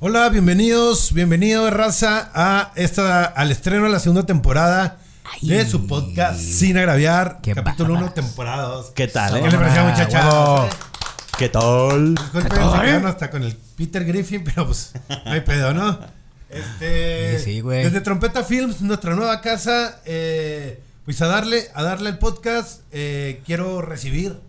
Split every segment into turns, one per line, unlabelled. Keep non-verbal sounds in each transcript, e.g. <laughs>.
Hola, bienvenidos, bienvenido raza a esta, al estreno de la segunda temporada de su podcast Sin Agraviar,
Qué
capítulo 1,
bárbaras.
temporada 2.
¿Qué tal, eh?
¿Qué le pareció,
Ah,
muchachos?
¿Qué tal?
Disculpen, se quedaron hasta con el Peter Griffin, pero pues no hay pedo, ¿no? Este,
Sí, sí, güey.
Desde Trompeta Films, nuestra nueva casa, eh, pues a darle, a darle al podcast, eh, quiero recibir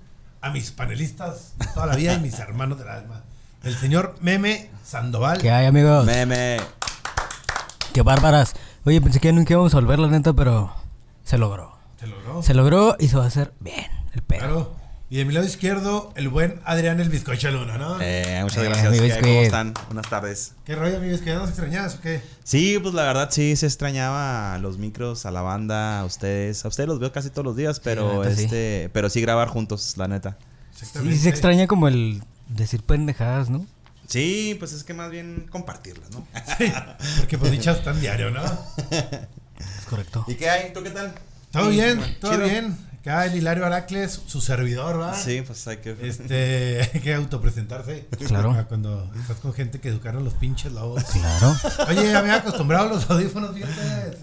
a mis panelistas de toda la vida y mis hermanos del alma. El señor Meme Sandoval.
¿Qué hay, amigos?
Meme.
Qué bárbaras. Oye, pensé que nunca íbamos a volver, la neta, pero se logró.
¿Te logró?
Se logró y se va a hacer bien el pedo.
Claro. Y de mi lado izquierdo, el buen Adrián el Bizcocho Luna, ¿no?
Eh, muchas
Eh,
gracias.
amigo
¿Qué-
Squid.
¿Cómo están? Buenas tardes.
¿Qué rollo, amigos? ¿Que ya nos extrañabas o qué?
Sí, pues la verdad sí se extrañaba a los micros, a la banda, a ustedes. A ustedes los veo casi todos los días, pero
la neta, sí.
este, pero sí grabar juntos, la neta.
Y se extraña como el decir pendejadas, ¿no?
Sí, pues es que más bien compartirlas, ¿no?
Sí, porque pues dichas tan diario, ¿no?
Es correcto.
<laughs> ¿Y qué hay? ¿Tú qué tal?
Todo
Sí,
bien,
bueno,
todo
chido.
bien. Acá el Hilario Aracles, su servidor, ¿va?
Sí, pues hay que.
Este, <laughs> hay que autopresentarse.
Claro.
Ah, Cuando estás con gente que educaron los pinches lobos.
Claro.
Oye, ya me he acostumbrado a los audífonos, fíjate.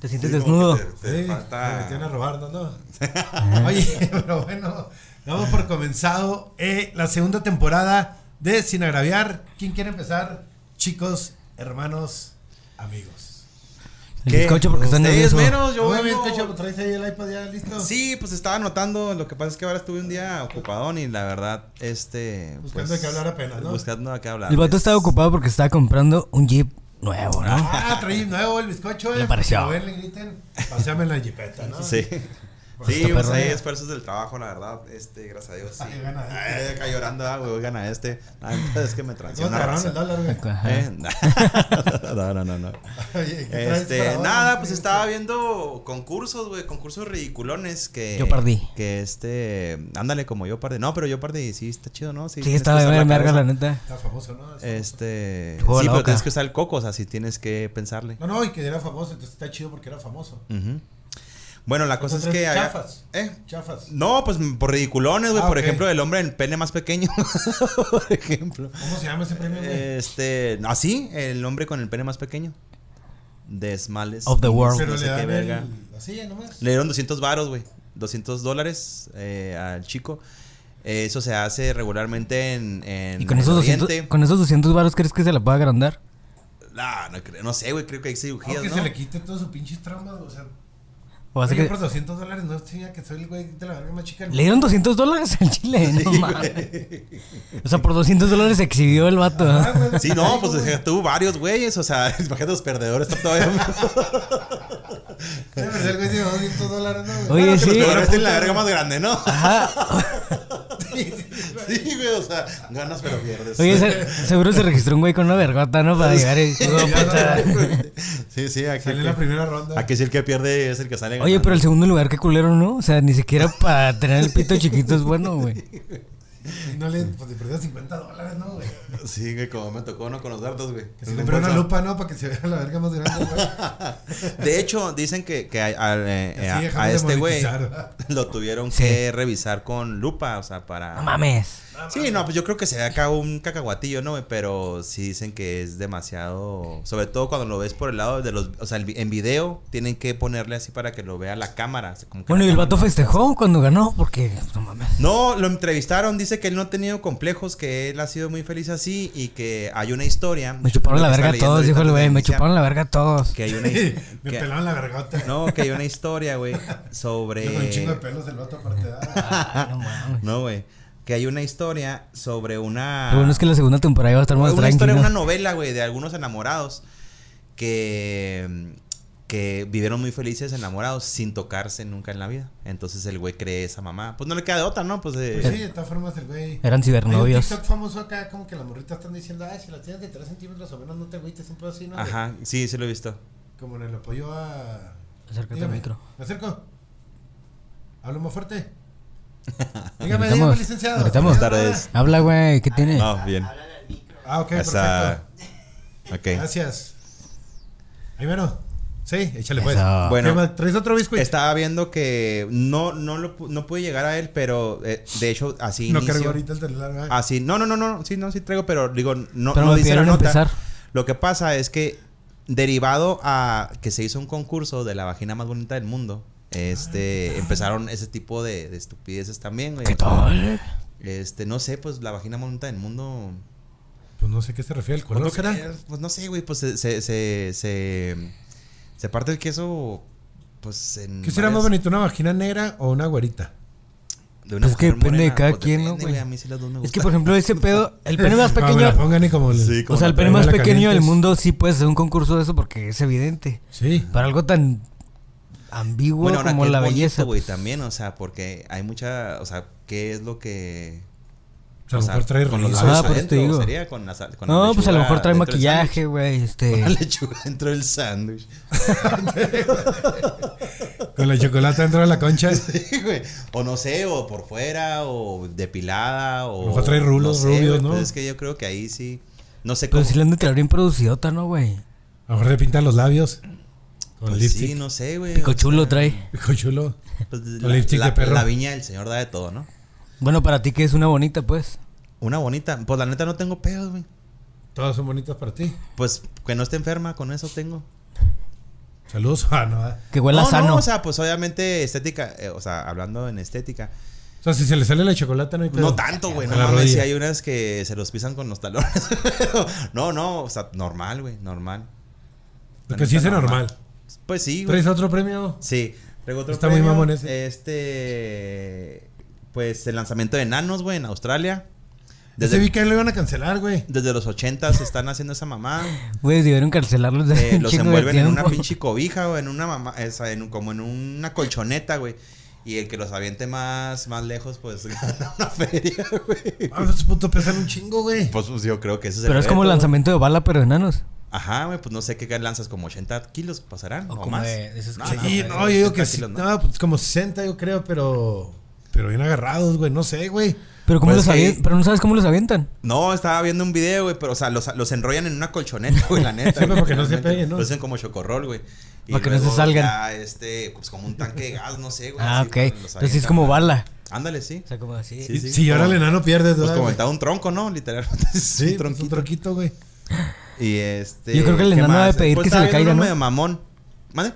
Te sientes desnudo.
Sí, me metieron a robar, ¿no? no. Oye, <laughs> pero bueno, damos por comenzado eh, la segunda temporada de Sin Agraviar. ¿Quién quiere empezar? Chicos, hermanos, amigos.
El
¿Qué?
bizcocho porque está
Ustedes
nervioso.
menos, Pues yo
Oye,
vengo-
Pecho, ¿traes ahí el iPad ya listo?
Sí, pues estaba anotando. Lo que pasa es que ahora estuve un día ocupadón y la verdad, este.
Buscando de
pues,
qué hablar apenas, ¿no?
Buscando a qué hablar.
El vato estaba ocupado porque estaba comprando un jeep nuevo, ¿no?
Ah, traí nuevo el bizcocho, eh.
Le pareció.
Como ven, le griten, paseame la jipeta, ¿no?
Sí. <laughs> Sí,
Está
pues
perro,
hay
¿eh?
esfuerzos del trabajo, la verdad. Este, gracias a Dios. Sí.
Ay, gana este.
Ay, acá llorando, ah, güey, gana este. Ah, es que
¿Cómo
me
te
traiciona.
agarraron
raza.
el dólar, güey?
Ajá.
¿Eh? <laughs> No, no, no, no.
Oye, ¿qué traes para
Este,
ahora?
nada, pues estaba viendo concursos, güey, concursos ridiculones que.
Yo perdí.
Que este. Ándale, como yo perdí. No, pero yo perdí, sí, está chido, ¿no?
Sí,
tienes
estaba
que
de
usar
ver verga,
cabeza.
la neta.
Está famoso, ¿no? Es famoso.
Este. Sí,
Juego de la
pero
oca.
tienes que usar el coco, o sea, si tienes que pensarle.
No, no, y que era famoso, entonces está chido porque era famoso.
Ujú. Bueno, la cosa es que. había-
Chafas.
¿Eh?
Chafas.
No, pues m- por ridiculones, güey.
Ah,
por
ok.
ejemplo, el hombre en pene más pequeño. <laughs> por ejemplo.
¿Cómo se llama ese premio, güey?
Este. Así, el hombre con el pene más pequeño. De Smales.
Of the world.
Pero
no sé
le
qué
dan
verga.
el- la silla nomás.
Le dieron 200 varos, güey. 200 dólares eh, al chico. Eh, eso se hace regularmente en. en
¿Y con esos,
Medio
200,
Oriente.
con esos 200 baros crees que se la pueda agrandar?
Ah, no, creo- no sé, güey. Creo que hay cirugías,
Aunque
¿no?
se le quite todo su pinche traumas, o sea.
¿O
Pues
hace
yo
que...
por 200 dólares no tenía que soy el güey de la verga más chica. del
Le dieron 200 dólares al chile, no mames. O sea, por 200 dólares se exhibió el vato.
mundo. Ah, güey,
Sí, no,
digo,
pues
güey,
tuvo varios güeyes. O sea, <laughs> imagínate los perdedores. Está todavía.
de verdad, el güey dio 200 dólares, ¿no? güey?
Oye,
Que los
sí.
perdedores tienen la verga más grande, ¿no?
Sí, sí, güey.
<laughs> Sí, güey, o sea, ganas pero pierdes.
Oye, se- seguro se registró un güey con una vergota, ¿no? Para llegar y...
Pues, sí, sí, aquí.
Sale en la primera ronda.
Aquí sí el que pierde es el que sale ganando.
Oye, pero el segundo lugar, qué culero, ¿no? O sea, ni siquiera para tener el pito chiquito es bueno, güey.
Y no le, pues le perdió 50 dólares, ¿no, güey?
Sí, güey, como me tocó uno con los dardos, güey.
Que se compró una lupa, ¿no? Para que se vea la verga más grande, güey.
De hecho, dicen que, que a, al, eh,
Así
a-
dejamos
a
de
este güey
monetizar.
<laughs> lo tuvieron
Sí.
que revisar con lupa, o sea, para...
No mames.
Sí, no, pues yo creo que se ve acá un cacahuatillo, ¿no? güey? Pero sí dicen que es demasiado. Sobre todo cuando lo ves por el lado de los. O sea, el vi- en video tienen que ponerle así para que lo vea la cámara. o sea, como que
Bueno,
la
y el
cámara
vato
no-
festejó cuando ganó, porque... No mames.
No, lo entrevistaron, dice que él no ha tenido complejos, que él ha sido muy feliz así y que hay una historia.
Me chuparon
lo
la
que
verga
estaba
todos,
leyendo
dijo el
ahorita
güey. Me
antes de
chuparon la verga todos.
iniciar, Que hay una.
<laughs> Me
que-
pelaron la vergota.
no, que hay una
<laughs>
historia, güey,
Yo Con un chingo de
sobre.
pelos el vato aparte. ah.
Ay, no mames.
No, güey. Que hay una historia sobre una.
Lo bueno es que la segunda temporada iba a estar más
una historia,
tranquila.
una novela, güey, de algunos enamorados que, que vivieron muy felices enamorados sin tocarse nunca en la vida. Entonces el güey cree esa mamá. Pues no le queda de otra, ¿no? Pues, eh,
Pues sí, de todas formas el güey.
Eran
Hay un
cibernovios.
TikTok famoso acá, como que las morritas están diciendo, ay, si las tienes de 3 centímetros o menos, no te agüites, un pedo así, ¿no? güey?
Ajá, sí, sí lo he visto.
Como en el apoyo a.
Acércate al
Dígame,
micro.
¿Me acerco? ¿Hablo más
<laughs>
fuerte? Dígame,
Gritamos,
dígame, licenciado.
gritamos.
Buenas
Tardes.
Habla, güey, ¿qué tiene?
Ah, bien.
Ah, ok,
Esa-
perfecto.
Ok.
Gracias. Ahí bueno. Sí, échale pues.
Eso.
Bueno.
Tema- ¿Traes otro biscuit?
Estaba viendo que no, no, lo pu- no pude llegar a él, pero eh, de hecho así
no
inicio- Ah.
cargo ahorita el celular. ¿verdad?
Así, no, no, no, no, sí, no, sí traigo, pero digo, no,
Pero
no
me
dice la
pidieron
nota.
empezar.
Lo que pasa es que derivado a que se hizo un concurso de la vagina más bonita del mundo, este, empezaron ese tipo de, de estupideces también. güey.
Ah. ¿Qué tal?
Este, no sé, pues la vagina más bonita del mundo.
Pues no sé a qué se refiere el color.
¿Cuánto
¿Será?
que- Pues no sé, güey, pues se, se, se, se, se parte el queso, pues en.
¿Qué será más
varias-
bonito, una vagina negra o una güerita?
De una
Pues es que
mujer
depende
morena,
de cada
pues
quien, ¿no,
depende,
güey?
A mí sí las dos me
Es que,
gustan.
por ejemplo, ese pedo, el pene más
<laughs> No, me la
pequeño.
pongan y como... el-
Sí,
O
como
sea, el
la
pene
traigo,
más
la
pequeño del
calientes.
mundo sí puedes hacer un concurso de eso porque es evidente.
Sí.
Para algo tan ambiguo
Bueno, ahora
como
que
la
es bonito,
belleza. pues.
güey, también, o sea, porque hay mucha, o sea, ¿qué es lo que
O sea, a lo mejor trae
con los
rizos.
Ah,
labios
por eso te
adentro,
digo.
sería con la sal- con la
no, pues a lo
lechuga
mejor trae
dentro del
maquillaje, güey.
sándwich.
Este.
Con la lechuga dentro del sándwich. <laughs>
Con la chocolate dentro de la concha.
Sí, güey. o no sé, o por fuera, o depilada, o...
A lo mejor trae rulos
sé,
rubios,
güey,
¿no?
pues es que yo creo que ahí sí, no sé
Pero
cómo...
Pues, si le han de traer bien producidota, ¿no, güey?
A lo mejor le pintan los labios. Con
pues sí,
lipstick.
no sé, güey.
Pico
o
chulo
sea,
trae.
<laughs> Con chulo.
pues,
Con lipstick de perro.
la viña del señor da de todo, ¿no?
Bueno, para ti que es una bonita, pues.
Una bonita, pues la neta no tengo pedos, güey.
Todas son bonitas para ti.
Pues que no esté enferma, con eso tengo.
Saludos. Ah, no. ah.
Que huela
no,
sano.
No, o sea, pues obviamente estética, eh, o sea, hablando en estética. pues,
O sea, si se le sale la chocolate no hay pedo.
No tanto, güey,
A
no
la
mames,
rodilla.
si hay unas que se los pisan con los talones. <laughs> pero no, no, o sea, normal, güey, normal.
Lo que sí es normal.
Pues sí, güey.
¿Traes otro premio?
Sí. Traigo otro
Está muy
premio,
mamón ese.
Este, pues el lanzamiento de enanos, güey, en Australia.
Desde vi
Desde,
que lo iban a cancelar,
<laughs>
güey.
desde los 80 se están haciendo esa mamá.
Güey, debieron cancelarlos <laughs> de
Eh,
un
los
chingo de
envuelven en una
tiempo.
pinche cobija o en una mamá, o sea, en un- como en una colchoneta, güey. Y el que los aviente más, más lejos, pues <laughs> gana una feria, güey.
Ah, esos putos pesan un chingo, güey.
Pues, pues, yo creo que ese es el
Pero es como el
reto, güey.
lanzamiento de bala, pero de enanos.
Ajá, güey, pues no sé qué lanzas, como 80 kilos pasarán.
O
O,
como
más.
de esos
no,
que-
no,
sí,
güey,
no, yo digo que
80
sí.
kilos,
No,
¿no?
pues como 60 yo creo, pero... Pero bien agarrados, güey. No sé, güey.
Pero cómo
Pues
los
es que
avien-
ahí-
Pero no sabes cómo los avientan.
No, estaba viendo un video, güey, pero, o sea, los, los enrollan en una colchoneta, güey,
<laughs>
la neta.
Sí,
güey,
porque no se
realmente.
peguen, ¿no?
Lo hacen como chocorrol, güey. Y
Para que no se
luego
salgan.
ya, este, pues como un tanque de gas, no sé, güey.
Ah,
así,
ok.
pues, los
Entonces sí es
avientan.
como bala.
Ándale, sí.
O sea, como así.
Sí, sí.
si llora el
Como-
enano pierdes,
Pues
¿verdad?
como
güey?
está un tronco, ¿no? Literalmente. <laughs> es
Sí,
un
pues un
tronquito.
tronquito, güey.
Y este.
Yo creo que el
¿qué
enano
más? Pues
ha de pedir que se
estaba
le caiga,
viendo uno
¿no?
medio mamón. ¿Mande?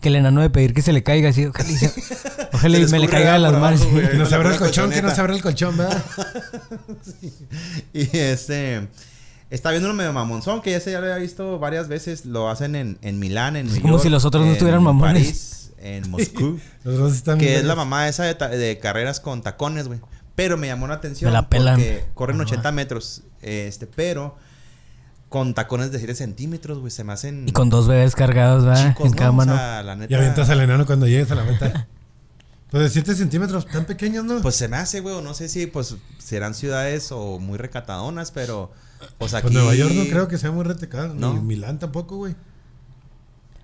Que el enano de pedir que se le caiga así. Ojalá, y se- ojalá y
<laughs> Se
me le
escurre
caiga de
por
las
abajo,
manos.
güey.
Que nos
la
abra el
pura
colchón, que
colchoneta.
nos abra el colchón, ¿verdad?
<laughs> Y este. Está viendo uno medio mamonzón, que ya se ya lo había visto varias veces. Lo hacen en, en Milán, en
Es
New
como
York,
si los otros no
en
estuvieran mamones.
París,
<laughs>
en Moscú.
Los dos están
que
bien
es la
vergas.
mamá esa de, ta- de carreras con tacones, güey. Pero me llamó la atención.
Me la pelan.
Porque corren
Ajá.
80 metros. Este, pero. Con tacones de 7 centímetros, güey. Se me hacen.
Y con dos bebés cargados, ¿verdad?
chicos,
en cada
¿no? O
mano.
sea, la neta.
Y avientas al enano cuando llegues a la meta. Pues de 7 centímetros, tan pequeños, ¿no?
Pues se me hace, güey, o no sé si pues serán ciudades o muy recatadonas, pero pues aquí
Pues Nueva York no creo que sea muy retecado.
No.
Ni Milán tampoco, güey.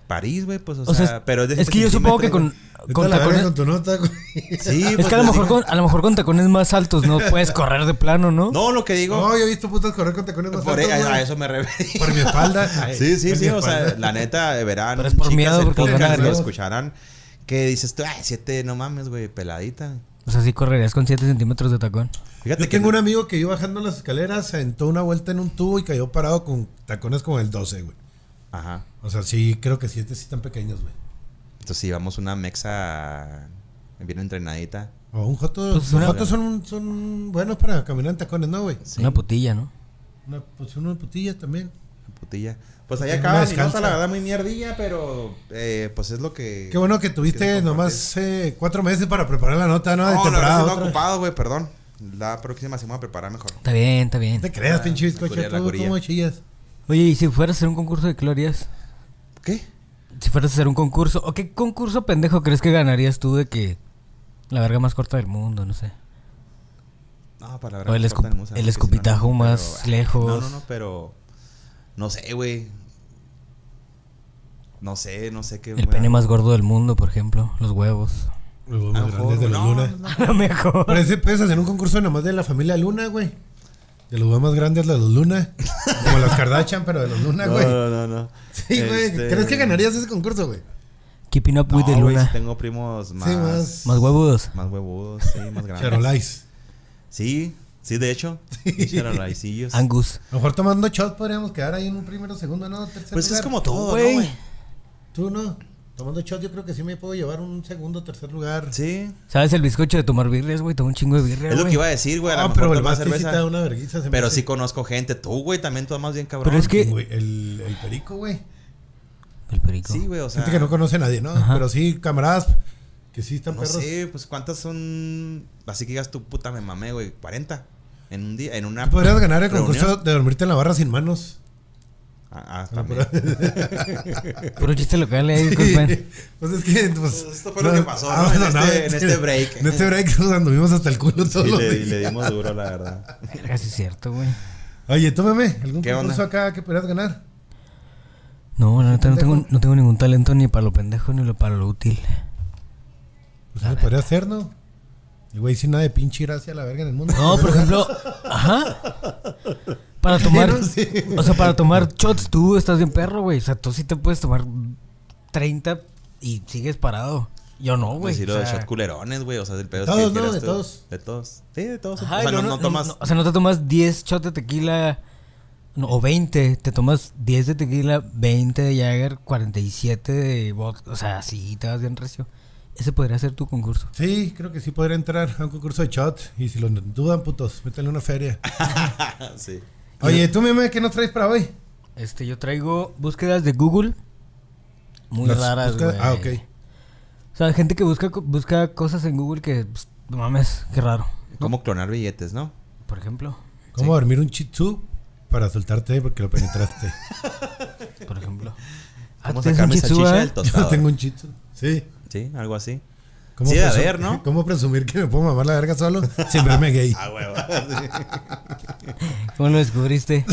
París, güey, pues o,
O
sea,
sea,
pero de
es que yo
7
supongo que con,
centímetros,
Con,
con
la verga
tacones.
con tu nota, güey.
güey. <laughs> Sí,
Es
pues,
que a lo
les
mejor
digo-
con, a lo mejor con tacones más altos
<laughs>
no puedes correr de plano, ¿no?
No, lo que digo
No, yo he visto putas correr con tacones más
por, e-
altos,
a,
güey.
a eso me refería.
Por mi
<laughs>
espalda. Ay,
Sí, sí,
por
sí,
mi
o sea,
espalda.
la neta de verano.
Pero es por miedo, porque los
los
van a
lo
agarrar.
escucharán que dices tú, ay, siete, no mames, güey, peladita.
O sea, sí correrías con 7 centímetros de tacón.
Fíjate
Yo
que
tengo un amigo que iba bajando las escaleras, se aventó una vuelta en un tubo y cayó parado con tacones como el 12, güey.
Ajá.
O sea, sí, creo que 7 sí están pequeños, güey.
Entonces si vamos una mexa bien entrenadita.
O un joto.
Pues
los
una-
jotos son, un- son buenos para caminar en tacones, ¿no, güey?
Sí.
Una putilla, ¿no?
Una, pues una putilla también.
Putilla. Pues allá
Una
acaba mi
descansa.
nota, la verdad, muy mierdilla, pero eh, pues es lo que.
Qué bueno que tuviste
que
nomás eh, cuatro meses para preparar la nota, ¿no? De
No, la verdad,
temporada.
estaba
otra.
ocupado, güey, perdón. La próxima semana preparar mejor.
Está bien, está bien.
No te creas, pinche
la
bizcocho,
curilla, Ah, la
tú
curilla.
como chillas.
Oye, y si fueras a hacer un concurso de glorias,
¿Qué?
si fueras a hacer un concurso, ¿o qué concurso pendejo crees que ganarías tú de que la verga más corta del mundo, no sé?
No, para la
O
verdad.
el
me cortan
escup-
musa,
el
porque si no,
escupitajo
no,
más
pero, ah,
lejos.
No, no, no, pero. No sé, güey. No sé, no sé qué.
El pene más gordo del mundo, por ejemplo, los huevos. <laughs>
Los huevos
Ah,
grandes de la luna.
A lo mejor.
Pero ese puedes hacer un concurso nomás de la familia Luna, güey. Que los güey más grandes los de los Luna. Como los Kardashian, pero de los Luna,
No,
güey.
no, no, no.
Sí, güey.
Este,
¿Crees que ganarías ese concurso, güey?
Keeping up
No,
with the
güey,
Luna.
sí tengo primos más,
más-
más.
Más huevudos.
huevudos, sí, más grandes.
Charolais.
Sí, sí, de hecho. Charolaicillos.
Angus.
A lo mejor tomando shots podríamos quedar ahí en un primero, segundo, no, tercero.
Pues es
Este lugar.
como todo, ¿no,
güey.
güey.
Tú no. Tomando shots yo creo que sí me puedo llevar un segundo, tercer lugar.
Sí.
¿Sabes el bizcocho de tomar birrias, güey? Toma un chingo de birria,
Es lo
güey.
que iba a decir, güey. A
Ah,
lo
pero
mejor
el
tomas
Basti sí te da
cerveza.
una verguiza. se me
Pero
hace.
sí conozco gente. Tú, güey, también tomas bien cabrón.
Pero es que...
Güey, el, el perico, güey.
El perico.
Sí, güey, o sea.
Gente que no conoce a nadie, ¿no?
Ajá.
Pero sí, camaradas que sí están
No
perros.
sé, pues cuántas son. Así que digas tú, puta, me mamé, güey. 40. En un día, en una.
Tú podrías ganar el
reunión.
concurso de dormirte en la barra sin manos.
Ah, ah,
No,
también.
Puro chiste local eh, ahí,
<laughs>
compadre.
<laughs> Pues es que. Pues, ah,
Esto fue lo que pasó, ¿no? En
abandonado,
este- en este break.
En este break nos anduvimos hasta el culo todos
<laughs> Y
los
le, y
días.
le dimos duro, la
<laughs>
verdad.
Verga, sí es cierto, güey.
Oye, tómame algún
¿Qué
concurso
onda?
acá que pudieras ganar.
No, la neta, no tengo, no tengo ningún talento ni para lo pendejo ni lo- para lo útil.
Pues lo podría hacer, ¿no? El güey sin nada de pinche gracia a la verga en el mundo.
No, por ejemplo, ajá.
<laughs>
Para tomar, o sea, para tomar shots tú estás bien perro, güey. O sea, tú sí te puedes tomar 30 y sigues parado. Yo no, güey.
Decirlo
o
Pues de
sea,
shot culerones, güey. O sea, el pedo
Todos,
es
¿no?
que quieras
De
tú-
todos.
De todos. Sí, de todos.
ajá,
o sea, no, no tomas.
o sea, no te tomas 10 shots de tequila no, o 20, te tomas 10 de tequila, 20 de Jagger, 47 de vodka, o sea, sí te vas bien recio. Ese podría ser tu concurso.
Sí, creo que sí podría entrar a un concurso de shots. Y si lo dudan, putos, métanle una
<laughs>
feria.
sí.
Oye, tú, meme, ¿qué nos traes para hoy?
Este, yo traigo búsquedas de Google muy
Las
raras,
busca-
güey.
Ah, ok.
O sea, gente que busca, co- busca cosas en Google que, pues, no mames, qué raro.
Cómo clonar billetes, ¿no?
Por ejemplo,
¿Cómo dormir un chih tzu para soltarte porque lo
<laughs>
penetraste?
por <laughs> ejemplo. Ah,
Cómo
¿tú tienes un
sacarme esa
Shih Tzu, eh?
chicha del
Yo no
tostado.
tengo un chih tzu. Sí.
Sí, algo
<laughs>
así.
¿Cómo
Sí, a
presu-
ver,
<laughs>
¿no?
¿Cómo presumir que me puedo mamar la verga solo sin verme
<laughs>
gay?
Ah, huevo.
¿Cómo lo <laughs> descubriste?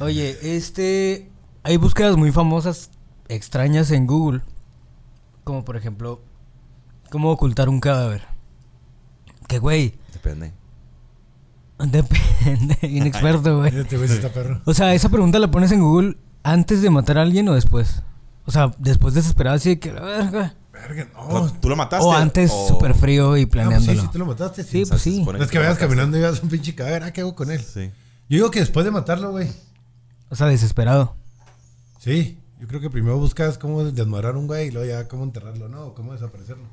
Oye, este... Hay búsquedas muy famosas, extrañas en Google. Como, por ejemplo, cómo ocultar un cadáver. Que, güey, <laughs>
Depende.
depende,
<laughs>
inexperto, güey.
Este güey sí está perro.
O sea, esa pregunta la pones en Google antes de matar a alguien o después. O sea, después desesperado así de que la verga.
Verga, no.
O- ¿Tú lo mataste?
O antes
o-
súper frío y
Ah, pues sí,
planeándolo.
sí, tú lo mataste.
Sí,
Sí.
pues
se
sí.
supone
No es que vayas
lo mataste.
caminando y veas un pinche cadáver. Ah, ¿qué hago con él?
Sí.
Yo digo que después de matarlo, güey.
O sea, desesperado.
Sí. Yo creo que primero buscas cómo desmadrar un güey y luego ya cómo enterrarlo, ¿no? O cómo desaparecerlo.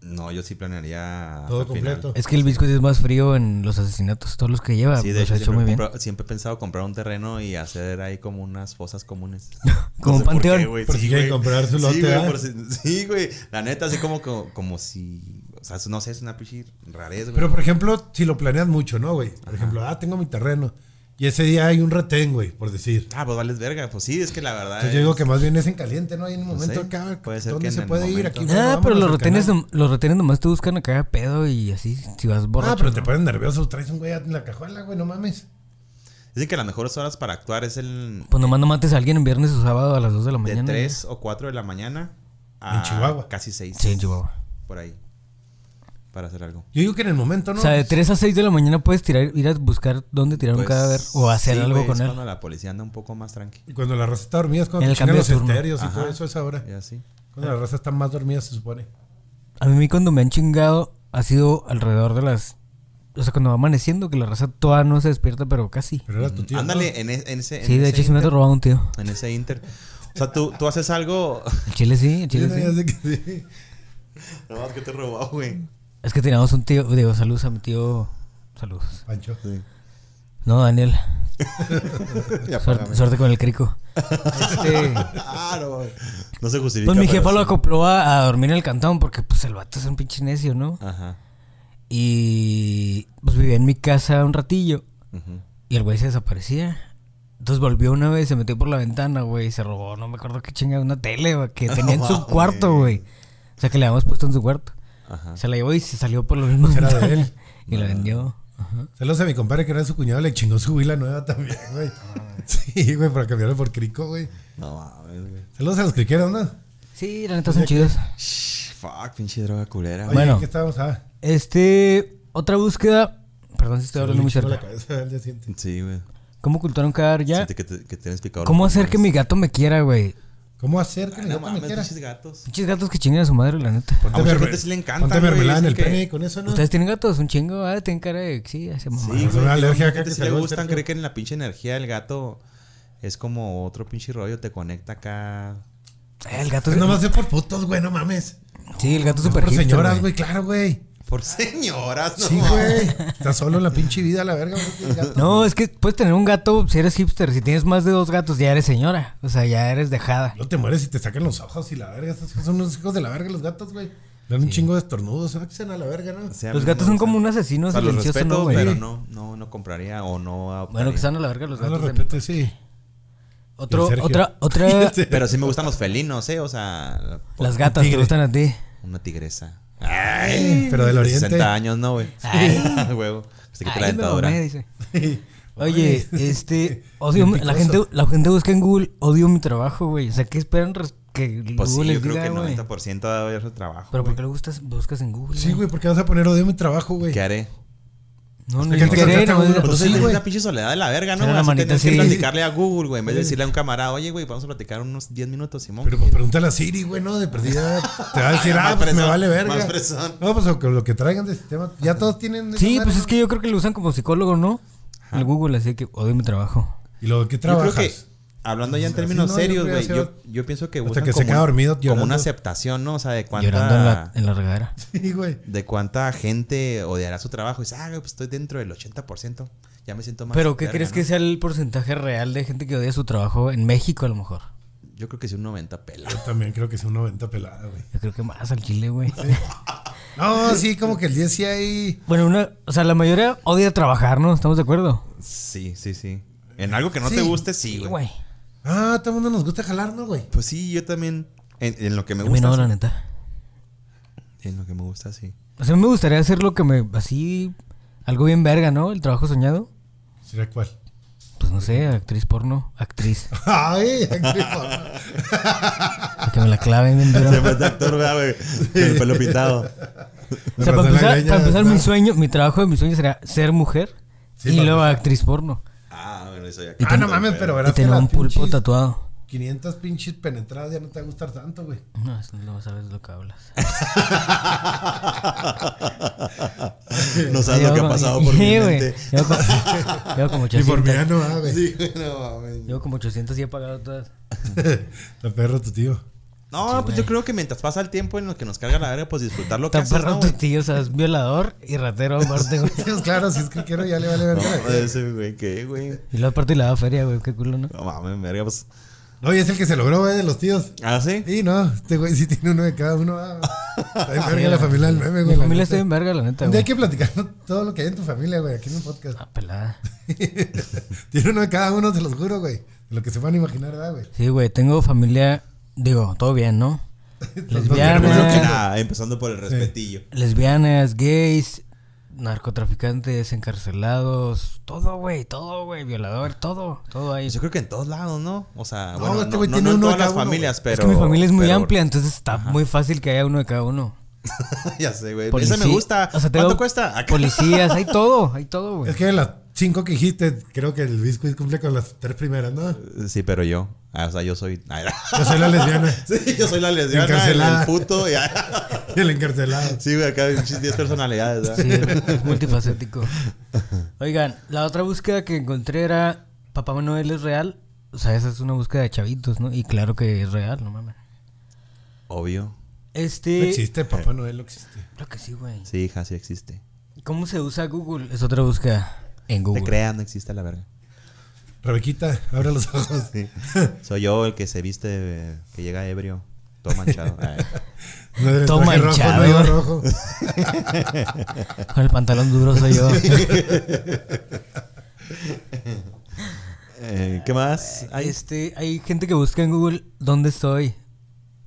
No, yo sí planearía.
Todo
Ah, al final.
completo.
Es que el bizcocho es más frío en los asesinatos, todos los que lleva.
Sí,
Ah, los
de hecho,
ha hecho
siempre,
muy bien.
compro- siempre he pensado comprar un terreno y hacer ahí como unas fosas comunes.
<laughs> Como un
por qué,
panteón.
güey,
Por si quieren
güey.
comprar su lote,
Sí, güey,
¿ah?
por si- sí, güey. La neta, así como, como, como si. O sea, no sé, es una pichi rarez, güey.
Pero, por ejemplo, si lo planeas mucho, ¿no, güey? Por ejemplo, ah, tengo mi terreno. Y ese día hay un retén, güey, por decir.
Ah, pues vales verga. Pues sí, es que la verdad.
Entonces yo digo
es-
que más bien es en caliente, ¿no? Hay un momento
sé,
acá,
puede ser
¿dónde
que en
se
el
puede ir
momento.
aquí? güey?
Ah,
Vámonos
pero los
al
retenes,
canal.
nom- los retenes nomás te buscan acá a pedo y así, si vas borracho.
Ah, pero te
¿no?
pones nervioso, traes un güey en la cajuela, güey, no mames.
Dicen que las mejores horas para actuar es el.
Pues nomás no mates a alguien en viernes o sábado a las 2 de la
De
mañana. güey.
3 o 4 de la mañana. A
En Chihuahua.
Casi 6.
Sí, en Chihuahua.
Por ahí. Para hacer algo.
Yo digo que en el momento, ¿no?
O sea, de 3 a 6 de la mañana puedes tirar, ir a buscar dónde tirar un
Pues,
cadáver o hacer
sí,
algo
güey,
con
es
él.
cuando la policía anda un poco más tranqui.
Y cuando la raza está dormida es cuando
En
te
el
chingan
cambio
los
de turno.
estéreos y
Ajá.
todo eso es ahora.
Y así.
Cuando la raza está más dormida se supone.
A mí cuando me han chingado ha sido alrededor de las... O sea, cuando va amaneciendo, que la raza toda no se despierta, pero casi.
Pero era tu tío. ¿no?
Mm, Ándale, en, es- en ese. en
Sí, de
ese
hecho sí me ha
inter-
robado un tío.
En ese inter. O sea, tú, tú
<laughs>
haces algo.
El chile sí, el
Sí,
chile
no, ya
sí.
sé que sí.
No, más que te robó, güey.
Es que teníamos un tío, digo, saludos a mi tío... Saludos.
Pancho.
No, Daniel.
<laughs> Ya,
Suerte, suerte con el crico. Este,
Ah, no. No se justifica.
pues mi
pero
jefa lo
<laughs> sí.
acopló a, a dormir en el cantón porque pues el vato es un pinche necio, ¿no?
Ajá.
Y pues vivía en mi casa un ratillo.
ujú.
Y el güey se desaparecía. Entonces volvió una vez, se metió por la ventana, güey, y se robó, no me acuerdo qué chingada, una tele, güey, que tenía en
<laughs>
su
mames.
cuarto, güey. O sea, que le habíamos puesto en su cuarto.
Ajá.
Se la llevó y se salió por los
<laughs>
mismos
Era de él.
Y la vendió. Ajá.
Saludos a mi compadre que era su cuñado, le chingó su huila nueva también, güey. Sí, güey, para cambiarlo por crico, güey.
No mames, güey.
Saludos a los criqueros, ¿no?
Ah, Sí, la neta
Pues
son chidos.
Shh, Fuck, pinche droga
Oye,
culera, güey.
Bueno.
¿qué estábamos? Ah,
Este, otra búsqueda Perdón si estoy hablando muy
la
cerca.
cabeza al día siguiente.
Sí, güey.
¿Cómo ocultar un cadáver ya?
Siente que, te, que tienes picado.
¿Cómo hacer que mi gato me quiera, güey?
¿Cómo hacer que mi
No
gato me
mames,
quiera?
pinches gatos.
Pinches gatos que chinguen a su madre, la neta.
A mucha
merme-
gente sí le encanta,
Ponte
güey,
mermelada en el
dicen que-
pene y con eso no.
¿Ustedes tienen gatos? Un chingo, ¿verdad? Tienen cara de... Sí, hace mamá.
Sí,
Es una
güey.
alergia
Alergia
acá que
si
se
le
le
gustan,
acerca.
cree que en la pinche energía del gato es como otro pinche rollo, te conecta acá.
Eh, El gato...
Pues
Es,
nomás es por putos, güey, no mames.
sí, el gato es
Es
súper
por
hipster,
señoras, güey, claro, güey.
Por señoras, no
Sí,
mames.
güey. Estás solo en la pinche vida, la verga, güey. tienes gato.
No, es que puedes tener un gato si eres hipster. Si tienes más de dos gatos, ya eres señora. O sea, ya eres dejada.
No te mueres y te sacan los ojos y la verga. Esos hijos son unos hijos de la verga los gatos, güey. Dan un chingo de estornudos, se hacen a la verga, ¿no?
O sea, a
Los
mí no
gatos
me
son como
gustan.
un asesino
O sea, los
silencioso,
respeto,
¿no, güey?
pero no, no, no compraría o no.
Bueno,
adoptaría.
que están a la verga los
No Ah, lo
gatos. en-
respeto, sí.
Otro,
<laughs> Y el Sergio.
otra, otra...
Pero sí me gustan los felinos, ¿eh? O sea, la-
Las gatas te
Tigre.
gustan a ti.
una tigresa.
Ay, pero del
De
oriente.
60
<laughs>
años, ¿no, güey?
<laughs> Ay.
<laughs> huevo. Hasta que te la
Ay, me
dentadura.
mamé, dice.
Ay,
Oye, este,
<laughs>
odio
Bien
la
picoso.
gente, la gente busca en Google, odio mi trabajo, güey. O sea, ¿qué esperan res- que
Pues sí,
Google
yo
les
creo que
diga, güey?
el 90% va a haber su trabajo.
Pero ¿por
güey.
qué lo gustas, buscas en Google?
Sí, güey, porque vas a poner odio en mi trabajo, güey.
¿Qué haré?
No,
que
ni
te contrata
querer, no,
Google,
no,
pues
no,
sí,
Entonces
no,
es
güey.
una pinche soledad de la verga, ¿no?
Era una
Así
manita
tenías que
así.
platicarle a Google, güey. En vez de decirle a un camarada, oye, güey, vamos a platicar unos 10 minutos, Simón.
Pero pues pregúntale a Siri, güey, ¿no? De perdida te va a decir,
<laughs> Más
ah, pues me
fresón,
vale verga.
más fresón.
No, pues lo que, lo que traigan de sistema. Ya todos tienen. esa
Sí,
madre,
pues
¿no?
es que yo creo que lo usan como psicólogo, ¿no? El Google, así que odio mi trabajo.
¿Y lo que
Yo
trabajas?
creo que, hablando ya en
Así
términos
no, yo
serios,
creo
güey,
que
yo,
sea-
yo pienso que
hasta
buscan
que se
como,
queda
un-
dormido
como una
llorando.
aceptación, ¿no? O sea, de
Llorando en la,
cuánta,
en la regadera.
<laughs> Sí, güey.
de cuánta gente odiará su trabajo. Y dice, ah, güey, pues estoy dentro del 80%. Ya me siento más.
Pero ¿qué
verga,
crees
¿no?
que sea el porcentaje real de gente que odia su trabajo en México, a lo mejor?
Yo creo que sí, un 90 pela.
Yo también creo que es un 90 pelada, güey.
Yo creo que más al Chile, güey.
No, sí, como que el 10 sí hay.
<laughs> Bueno, una, o sea, la mayoría odia trabajar, ¿no? ¿Estamos de acuerdo?
Sí, sí, sí. En algo que no
Sí.
te guste, Pues sí, güey.
güey.
Ah, todo el mundo nos gusta jalar, ¿no, güey?
Pues sí, yo también. En, en lo que me
A mí
gusta.
no, la
sí.
neta.
En lo que me gusta, sí.
O sea, a mí me gustaría hacer lo que me. Así. Algo bien verga, ¿no? El trabajo soñado.
¿Será cuál? <laughs>
Pues no sé, actriz porno. Actriz.
Ay, <laughs> actriz porno.
para que me la claven bien
<laughs>
duro.
Siempre está actor, ¿verdad, güey. Con el pelo pintado.
O sea,
Me
para
pasó la
empezar,
greña,
para empezar mi
¿no?
sueño, mi trabajo de mi sueño sería ser mujer
Sí,
y
para
luego actriz porno.
Ah, bueno, eso ya.
Ah, no mames, pero verás
Y tener
las
un pulpo
pinches
tatuado.
500 pinches penetradas ya no te va a gustar tanto, güey.
No, eso no sabes de lo que hablas.
<laughs> No sabes lo que
<laughs>
ha pasado por
Sí,
mi
güey.
mente.
Llevo como, llevo como <laughs>
Y por
800.
mí ya no va, güey.
Sí, güey, no mames.
Llevo como 800 y he pagado todas.
<laughs> Está perro tu tío.
No, pues yo creo que mientras pasa el tiempo en lo que nos carga la verga, pues disfrutar lo que
Tan
haces,
perro
¿no,
tu <laughs>
güey?
tío, o sea, es violador y ratero aparte, güey. <laughs>
Sí, pues, <laughs> claro, si es que quiero ya le vale verga.
No, ese güey, ¿qué, güey?
Y luego aparte le daba feria, güey, qué culo, ¿no?
No mames, verga, pues.
No, y es el que se logró, güey, de los tíos.
Ah, sí.
Sí, no, este güey sí tiene uno de cada uno. ah, Está
<laughs>
bien verga la familia del meme,
Mi
güey. la neta.
familia está bien verga, la neta,
Un día
güey.
hay que platicarnos todo lo que hay en tu familia, güey, aquí en un podcast. <laughs>
Ah, pelada.
tiene uno de cada uno, te los juro, güey. De lo que se van a imaginar, ¿verdad, güey?
Sí, güey, tengo familia, digo, todo
<laughs>
bien, ¿no?
Ah,
Primero
no.
que
Lesbianas,
nada, empezando por el respetillo.
lesbianas, gays, narcotraficantes, encarcelados, todo, güey, todo, güey, violador, todo, todo ahí.
Pues Yo creo que en todos lados, ¿no? O sea,
No,
bueno,
este
no,
güey
no,
tiene
no en
uno de
todas las
cada uno,
familias, pero.
es que mi familia es muy
pero-
amplia, entonces está muy fácil que haya uno de cada uno.
<laughs> ya sé, güey.
Policía-
Esa me gusta.
o sea, te
¿Cuánto
veo-
cuesta? Acá.
Policías, hay todo, hay todo,
<laughs>
güey.
Es que de las cinco que dijiste, creo que el biscuit cumple con las tres primeras, ¿no?
Sí, pero yo. Ah, o sea, yo soy. Ay,
Yo soy la lesbiana
<laughs> sí, yo soy la lesbiana, el,
Encarcelada.
el puto. ya. <laughs>
y el encarcelado.
Sí, güey, acá hay pinches 10 personalidades. ¿verdad?
Sí, <laughs> es multifacético. Oigan, la otra búsqueda que encontré era Papá Manuel es real. O sea, esa es una búsqueda de chavitos, ¿no? Y claro que es real, no mames.
Obvio.
Este.
No existe, Papá Noel no existe.
Creo que sí, güey.
Sí, hija, sí existe.
¿Cómo se usa Google? Es otra búsqueda en Google.
Te crean, no existe la verga.
Rebequita, abre los ojos.
Sí. Soy yo el que se viste, eh, que llega ebrio, todo manchado. Ay.
No eres
Toma
traje
el
rojo,
chavo.
no llevo rojo.
Con el pantalón duro soy
<laughs>
yo.
Eh, ¿Qué más? Ay,
Este, hay gente que busca en Google dónde estoy.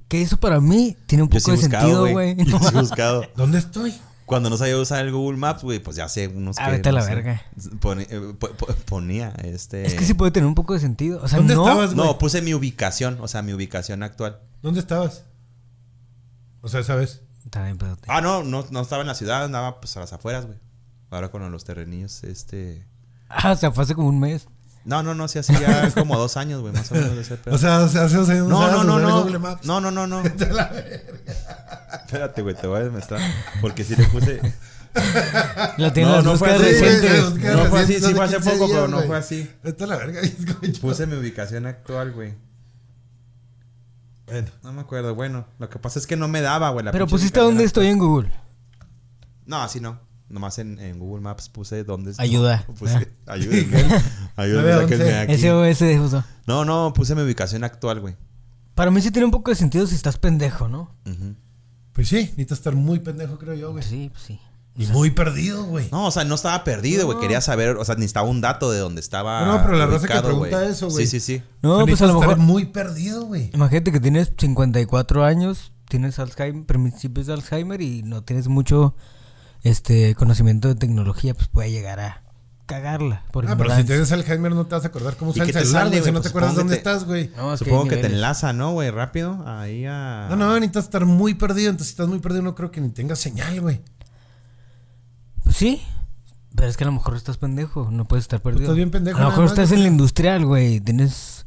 Que eso para mí tiene un
yo
poco
sí he
de
buscado,
sentido,
güey.
güey.
<laughs> Yo sí he buscado.
¿Dónde estoy?
Cuando no sabía usar el Google Maps, güey, pues ya hace unos...
Ah,
que,
vete a
no
la
sé,
verga.
pone- eh, po- po- ponía este...
Es que sí puede tener un poco de sentido. O sea,
¿Dónde
no.
estabas, güey?
No, puse mi ubicación, o sea, mi ubicación actual.
¿Dónde estabas? O sea, ¿sabes?
Está bien, pedote.
Ah, no, no, no estaba en la ciudad, andaba pues a las afueras, güey. Ahora con los terrenillos, este.
<laughs> Ah, o sea, fue hace como un mes.
No, no, no, sí, hace ya como dos años, güey, más o menos de ese pedo.
O sea, hace hace unos años
no, no, no,
usaba el
no,
Google
no.
Maps.
No, no, no, no. Espérate, güey, te voy a demostrar. Porque sí le puse.
La tiene
No,
las
no fue
búsquedas
así.
recientes.
Sí,
No fue así, sí
No
fue
sé
hace
quince
poco,
días,
pero no
güey.
fue así.
Vete a la verga, <laughs> bizcocho.
Puse mi ubicación actual, güey.
Bueno,
No me acuerdo, bueno. Lo que pasa es que no me daba, güey. la
Pero
pinche
pusiste
ubicación
dónde
actual.
estoy en Google.
No, así no. Nomás en, en Google Maps puse dónde estoy.
Ayuda.
Puse, ayúdenme. Ayúdenme,
Nueve,
sáquenme
once.
aquí.
SOS de uso.
No, no, puse mi ubicación actual, güey.
Para mí sí tiene un poco de sentido si estás pendejo, ¿no?
Ujú.
pues sí, necesito estar muy pendejo, creo yo, güey.
Sí, pues sí.
Y muy perdido, güey.
eh. No, o sea, no estaba perdido, güey. Quería saber, o sea, necesitaba un dato de dónde estaba.
No, no, pero la raza que
güey.
pregunta eso, güey.
Sí, sí, sí.
No, pues a
Necesitas
lo
estar
mejor.
muy perdido, güey.
Imagínate que tienes 54 años, tienes Alzheimer, principios de Alzheimer y no tienes mucho este conocimiento de tecnología, pues puede llegar a cagarla. Por
Ah, pero si
ignorancia.
tienes Alzheimer no te vas a acordar cómo usar
qué
el
te
celular,
sale,
güey. Si
güey?
no te
Pues
acuerdas dónde
póngete-
estás, güey.
No, es
Supongo
hay
que te
niveles.
enlaza, ¿no, güey? Rápido. Ahí a.
No, no, necesitas estar muy perdido. Entonces, si estás muy perdido, no creo que ni tengas señal, güey.
Pues sí. Pero es que a lo mejor estás pendejo, no puedes estar perdido.
estás bien pendejo
A lo
nada
mejor
más,
estás
güey.
en la industrial, güey. Tienes.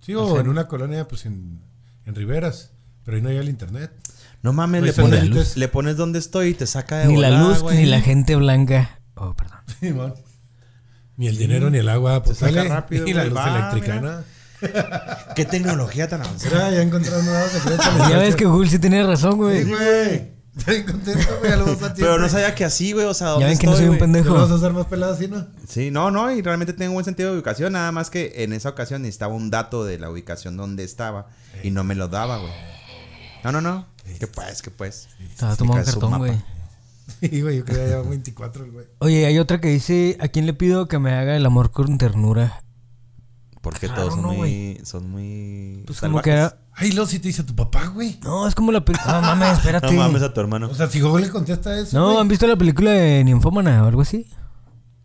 Sí, o en una colonia, pues en, en Riberas. Pero ahí no hay el internet.
No mames,
No
le
hizo ni la
pones,
luz.
le pones dónde estoy y te saca
Eh,
de
ni la
volada,
luz,
güey.
ni la gente blanca. Oh,
<laughs>
perdón.
Simón. Ni el dinero, ni el agua potable, <laughs>
saca rápido,
ni la
güey.
luz
Va,
eléctrica,
mira.
¿no?
Qué tecnología tan avanzada.
Mira, ya encontré un nuevo secreto. mi
ya ves
muchacho.
que Google sí tenía razón,
Sí,
güey.
güey. Estoy bien contento, güey. Ya lo vas a
Pero no sabía que así, güey. O sea, ¿dónde
ya ven que no
estoy,
soy un
güey?
Lo
pendejo.
vas a hacer más pelado así, ¿no?
Sí, no, no, y realmente tengo buen sentido de ubicación, nada más que en esa ocasión necesitaba un dato de la ubicación donde estaba y no me lo daba, güey. No, no, no. ¿Qué pues? ¿Qué pues?
Estaba tomando un
Explica su
cartón,
mapa.
güey.
Sí, güey, yo creía ya 24, el güey.
Oye, hay otra que dice, ¿a quién le pido que me haga el amor con ternura?
Porque
Claro,
todos son
no,
muy. Son muy.
Pues como
salvajes.
que era...
Ay, lo si te dice tu papá, güey.
No, es como la película... No, mames, espérate.
<laughs> No
No,
mames a tu hermano.
Pues,
O sea, si Google le contesta eso. güey.
¿han visto la película de Ninfómana o algo así?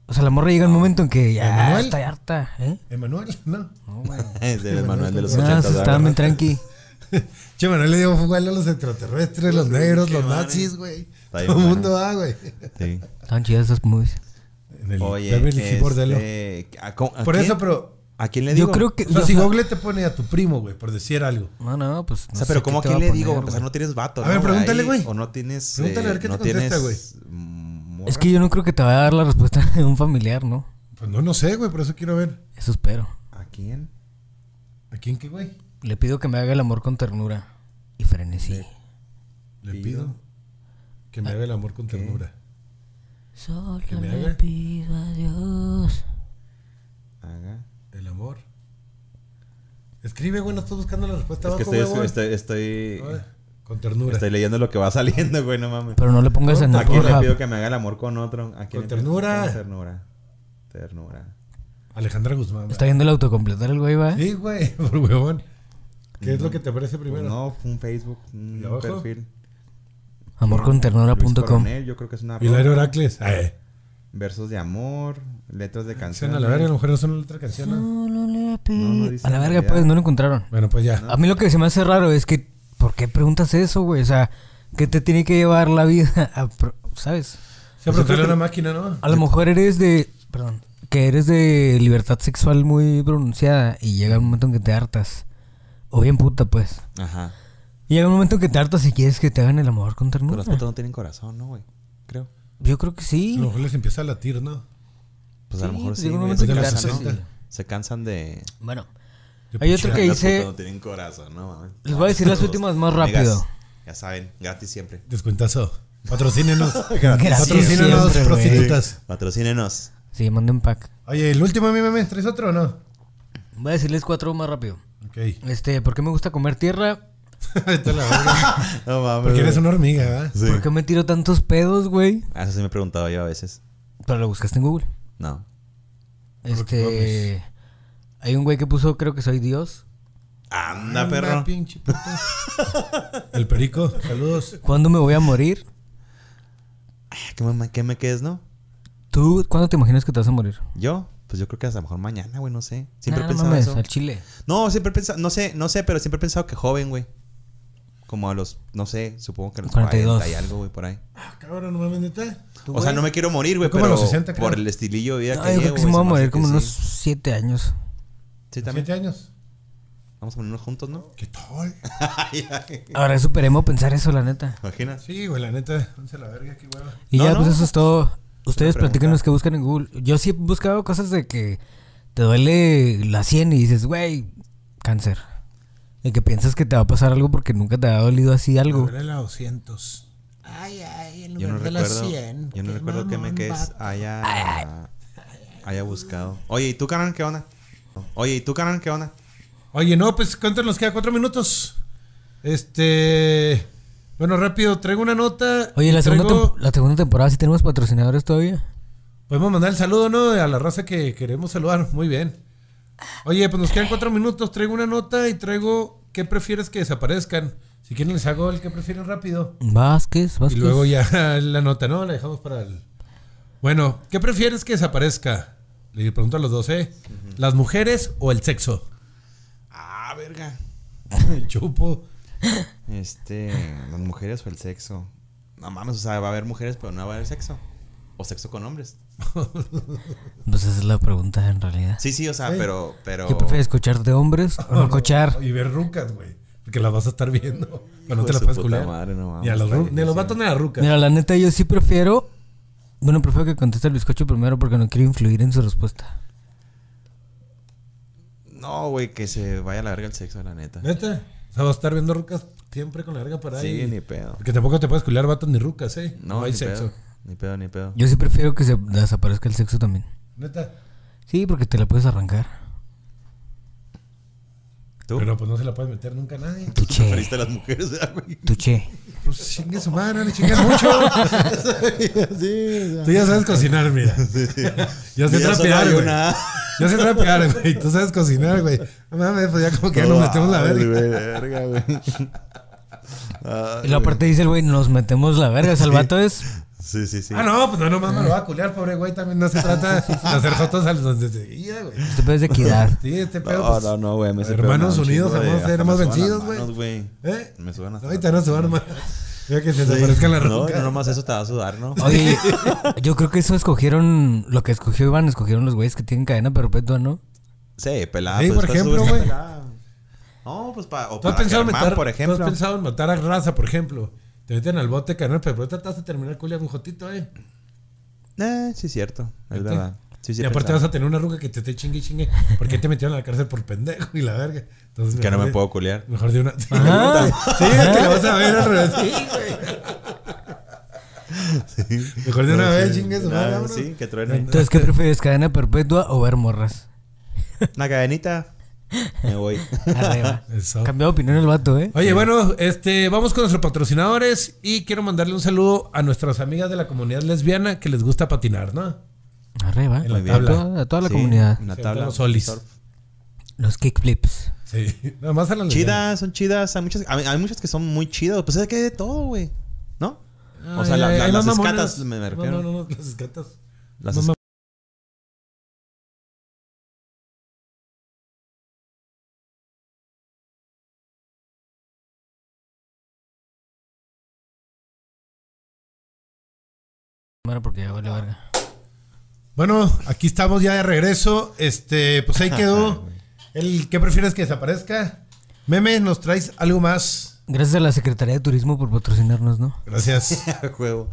O sea, la morra llega un momento en que ya
¿Emanuel?
está harta, ¿eh?
Emanuel, ¿no?
No, güey.
Es del Manuel de los
No, Pues,
80.
se estaban bien tranqui.
<laughs> Che, Manuel le dio igual a los extraterrestres, los negros, los nazis, güey.
Está
Todo el
bien, bueno.
mundo va, güey.
Sí.
Estaban chidas esas movies.
En el
Oye,
Beverly Hills Bordello.
este, ¿a co- a
Por
quién-
eso, pero.
¿A quién le digo?
Yo creo que...
O sea,
yo-
si Google te pone a tu primo, güey, por decir algo.
No, no, pues...
O sea, pero ¿cómo a quién le digo? O sea, no
no... sé qué te va a poner, güey.
tienes vato,
A ver,
¿no, güey?
pregúntale,
Ahí,
güey.
O no tienes. eh,
Pregúntale, a ver qué te
no
contesta,
tienes, mm,
Es que yo no creo que te va a dar la respuesta <laughs> de un familiar, ¿no?
Pues no, no sé, güey, por eso quiero ver.
Eso espero.
¿A quién?
¿A quién qué, güey?
Le pido que me haga el amor con ternura y frenesí.
Le
Pido.
pido que me haga el amor con ternura.
Solo
¿Que me
le
haga?
pido a Dios.
Haga.
El amor. Escribe, güey, no estás buscando la respuesta
Es que
abajo,
estoy, este-
güey.
estoy, estoy,
güey. Con ternura.
estoy leyendo lo que va <laughs> saliendo, güey, no mames.
Pero no le pongas en
¿A quién le
Pornhub.
pido que me haga el amor con otro? ¿A
Con
quién le pido-
ternura.
Con ternura. Ternura.
Alejandra Guzmán. güey.
Está viendo el autocompletar el güey, va. ¿eh?
Sí, güey, <laughs> por huevón. ¿Qué es lo que te parece primero?
Pues no, un Facebook, un
¿Y abajo?
perfil. Luis
Amorconternura.com.
Coronel, yo creo que es una.
Hilario Oracles. Ah, eh.
Versos de amor, letras de
Dicen
canciones.
a Ah, la verga, a lo mejor no son la otra canción, ¿no?
Solo le
No,
pido.
no dice
a la verga,
nada.
pues, no lo encontraron.
Bueno, pues ya.
A mí lo que se me hace raro es que, ¿por qué preguntas eso, güey? O sea, ¿qué te tiene que llevar la vida? <laughs> a pro- ¿Sabes?
Se apropió una máquina, ¿no?
A lo mejor eres de. Perdón. Que eres de libertad sexual muy pronunciada y llega un momento en que te hartas. O bien puta, pues.
Ajá.
Y llega un momento en que te hartas y quieres que te hagan el amor con
Pero
ternura.
las fotos no tienen corazón, ¿no, güey? Creo.
Yo creo que
A
sí.
lo mejor les empieza a latir, ¿no?
Pues a lo
Sí,
mejor
pues
sí.
llega un
güey,
momento
se,
que te
cansan,
hartas,
¿no?
sí.
se cansan de.
Bueno.
Yo
Hay otro que
Las fotos
dice.
no tienen corazón, no mames.
Les voy a decir las
Saludos.
últimas más
Amigas,
rápido.
Ya saben, gratis siempre.
Descuentazo. Patrocínenos.
Gracias
Patrocínenos,
siempre, güey.
prostitutas.
Patrocínenos.
Sí, manden pack.
Oye, el último mi meme, ¿traes otro o no?
Voy a decirles cuatro más rápido.
Ok. <laughs>
Este, ¿por qué me gusta comer tierra?
Vete a la
<laughs>
verga.
No mames.
Porque eres una hormiga, ¿verdad?
Sí.
¿Por qué me tiro tantos pedos, güey?
Ah, Eso sí me he preguntado yo a veces.
Pero lo buscaste en Google.
No.
Este. Hay un güey que puso, creo que soy Dios.
Anda,
Anda,
perro.
pinche puta. El perico, saludos.
¿Cuándo me voy a morir?
Ah, ¿Qué me, qué me quedes, no?
¿Tú cuándo te imaginas que te vas a morir?
Yo, pues yo creo que a lo mejor mañana, güey, no sé. Siempre
Nah,
he
no
pensado
mames,
eso.
al chile.
No, siempre he pensado, no sé, no sé, pero siempre he pensado que joven, güey. Como a los, no sé, supongo que a los
42.
40 y algo, güey, por ahí.
Ah, cabrón, no mames, neta.
¿Tú,
o sea,
güey?
no me quiero morir, güey,
Como a
pero
los 60, creo.
por el estilillo de vida
No,
que
yo
llevo.
creo que sí
güey,
me voy a
se me
morir
hace que
como
sí.
unos 7 años.
Sí, también.
¿Siete años?
Vamos a ponernos
<laughs>
juntos, ¿no?
¿Qué tal?
Ahora es súper emo pensar eso, la neta.
Imaginas.
Sí, güey, la neta, ponce la verga, qué hueva.
Y
No,
ya,
no,
pues eso es todo. Ustedes
pregunta.
platíquenos que buscan en Google. Yo sí he buscado cosas de que te duele la sien y dices, güey, cáncer. Y que piensas que te va a pasar algo porque nunca te ha dolido así algo.
Era la 200. Ay, ay, en
Yo no recuerdo. yo no recuerdo que me quedes haya, haya buscado. Oye, ¿y tú, Canan, qué onda? Oye, ¿y tú, Canan, qué onda?
Oye, no, pues ¿cuánto nos queda? Cuatro minutos. Este. Bueno, rápido, traigo una nota.
Oye,
y
la segunda,
traigo-
tem- la segunda temporada sí tenemos patrocinadores todavía.
Podemos mandar el saludo, ¿no? A la raza que queremos saludar. Muy bien. Oye, pues nos quedan cuatro minutos. Traigo una nota y traigo qué prefieres que desaparezcan. Si quieren, les hago el que prefieren rápido.
Vázquez,
Y
Vázquez.
luego ya <laughs> la nota, ¿no? La dejamos para el. Bueno, ¿qué prefieres que desaparezca? Le pregunto a los dos, ¿eh? ¿Las mujeres o el
<laughs>
sexo?
Ah, verga.
El chupo.
Este, las mujeres o el sexo. No mames, o sea, va a haber mujeres, pero no va a haber sexo. O sexo con hombres.
Pues esa es la pregunta en realidad.
Sí, sí, o sea, pero, pero.
¿Qué prefieres, cochar de hombres
<laughs>
o no cochar?
Y ver rucas, güey. Porque las vas a estar viendo. Pero no
Hijo
te
de
las
su
puedes
puta
culear.
madre, no mames,
ni a los,
está
ru- ni a los
difícil.
vatos ni a las rucas.
Mira, la neta, yo sí prefiero. Bueno, prefiero que conteste el bizcocho primero porque no quiero influir en su respuesta.
No, güey, que se vaya a la verga el sexo, la neta.
Neta. O sea, vas a estar viendo rucas siempre con la verga para ahí.
Sí, ni pedo.
Porque tampoco te puedes culear vatos ni rucas, ¿eh?
No,
No, hay
ni
sexo.
pedo. Ni pedo, ni pedo.
Yo sí prefiero que se desaparezca el sexo también.
Neta.
Sí, porque te la puedes arrancar.
¿Tú?
Pero pues no se la puedes meter nunca a nadie.
Tu che,
Preferiste a las mujeres, <laughs> ¿verdad, güey?
tu che.
Pues chingue su madre, no le chingas
<laughs>
mucho. Tú ya sabes cocinar,
<laughs>
mira. Yo sé
Yo ya solo
trapear,
hay
güey.
una.
Yo sé trapear, güey. Tú sabes cocinar, güey. No mames, pues ya como que ya nos metemos la
Ay,
verga.
güey, verga, güey. Ay,
Ah,
Y la parte
eh.
dice el güey, nos metemos la verga. O sea, el vato es.
Sí, sí, sí.
Ah, no, pues no, no mames, lo va a culear, pobre güey. También no se trata de hacer fotos al donde se guía,
<laughs>
güey.
Te puedes de equidad.
<laughs> Sí, este pedo.
No,
pues,
no, no, güey. me ese pedo
Hermanos
me da un
unidos,
chingo de-
vamos a ser
hasta
más
me sudan
vencidos,
las manos, güey.
¿Eh?
Me suenan hasta
Ahorita no se van más. <laughs> Ya que se desaparezcan las
No,
rucas.
no, nomás eso te va a sudar, ¿no?
Ah.
Oye, yo creo que eso escogieron. Lo que escogió Iván, escogieron los güeyes que tienen cadena perpetua, ¿no?
Sí, pelada.
Sí,
pues,
por
estás
ejemplo,
súper
güey.
pelada. No, pues para. O
¿Tú has,
para
pensado
Germán,
matar,
por
¿Tú
ejemplo.
has pensado en matar a raza, por ejemplo? Te meten al bote, carnal, pero te vas a terminar culiando un jotito, ¿eh?
Eh, sí, cierto. Es verdad. Sí, sí,
y aparte
he
vas
pensado.
a tener una ruca que te esté chingue y chingue. ¿Por qué te metieron a la cárcel por pendejo y la verga? Entonces,
Que no
mejor
me
de-
puedo culiar.
Mejor de una. Sí,
Ajá.
sí, es que la vas a ver al revés. Sí,
<laughs>
güey. Mejor de una
No,
vez,
sí,
<laughs> chingue su
no,
madre. vámonos.
Sí, que truene.
Entonces, ¿qué prefieres, cadena perpetua o ver morras?
Una cadenita. Me voy.
Arriba.
<laughs> Eso.
Cambió de opinión el vato, ¿eh?
Oye, bueno, este, vamos con nuestros patrocinadores y quiero mandarle un saludo a nuestras amigas de la comunidad lesbiana que les gusta patinar, ¿no?
Arriba.
En la
A
tabla.
toda- A <laughs> toda la
Sí,
comunidad.
en La
Se
tabla.
llaman solis.
surf.
Los kickflips.
Sí, <laughs> nada más a las lesbianas.
Chidas, son chidas. Hay muchas, hay, hay muchas que son muy chidas. Pues es que hay de todo, güey. ¿No? O sea,
Ay,
la-
ay,
la-
ay,
las
no, mamones.
escatas, me- me refiero.
No, no, no, no, las escatas.
Las
No,
es-
no.
Bueno, porque ya vale verga.
Bueno, aquí estamos ya de regreso. Este, pues
<laughs>
ahí quedó. El ¿qué prefieres que desaparezca? Meme, nos traes algo más.
Gracias a la Secretaría de Turismo por patrocinarnos, ¿no?
Gracias.
<laughs> A huevo.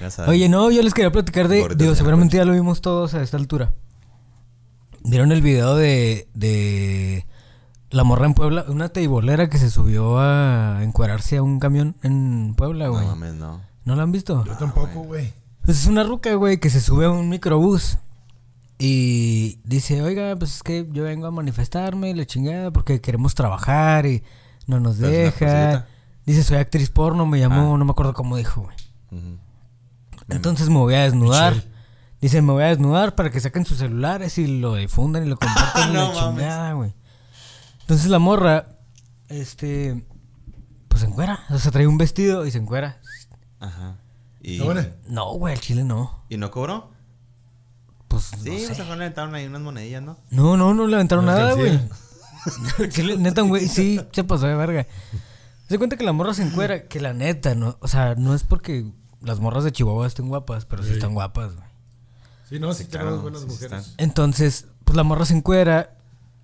Ya sabes.
Oye, no, yo les quería platicar de.
Ah. Ahorita
Digo,
ya,
seguramente ya lo vimos todos a esta altura. ¿Vieron el video de. de. La morra en Puebla? Una teibolera que se subió a encuadrarse a un camión en Puebla,
No
güey.
mames, no.
¿No la han visto?
Yo tampoco, güey.
Pues es una ruca, güey, que se sube a un microbús. Y dice, oiga, pues es que yo vengo a manifestarme, la chingada, porque queremos trabajar y no nos
Pero es una Ah.
deja.
prostituta.
Dice, soy actriz porno, me llamó, no me acuerdo cómo dijo, güey.
Ujú. Mm.
Entonces me voy a desnudar. Dice, me voy a desnudar para que saquen sus celulares y lo difundan y lo
<laughs>
compartan. y la
No mames.
chingada, güey. Entonces la morra, este, pues se encuera. O sea, trae un vestido y se encuera.
Ajá. Y,
Está buena.
No, güey, al chile no.
¿Y no cobró?
Pues
Sí,
no sé.
o sea, le aventaron ahí unas monedillas, ¿no?
No, no, no le aventaron
No
nada, güey.
alcancé.
Al chile, neta, güey, sí, se pasó de verga. Se cuenta que la morra se encuera, que la neta, no, o sea, no es porque las morras de Chihuahua estén guapas, pero sí,
Sí.
están guapas, güey.
Sí, no, sí,
Sí, claro,
tenemos buenas
sí
mujeres.
están.
Entonces, pues la morra se encuera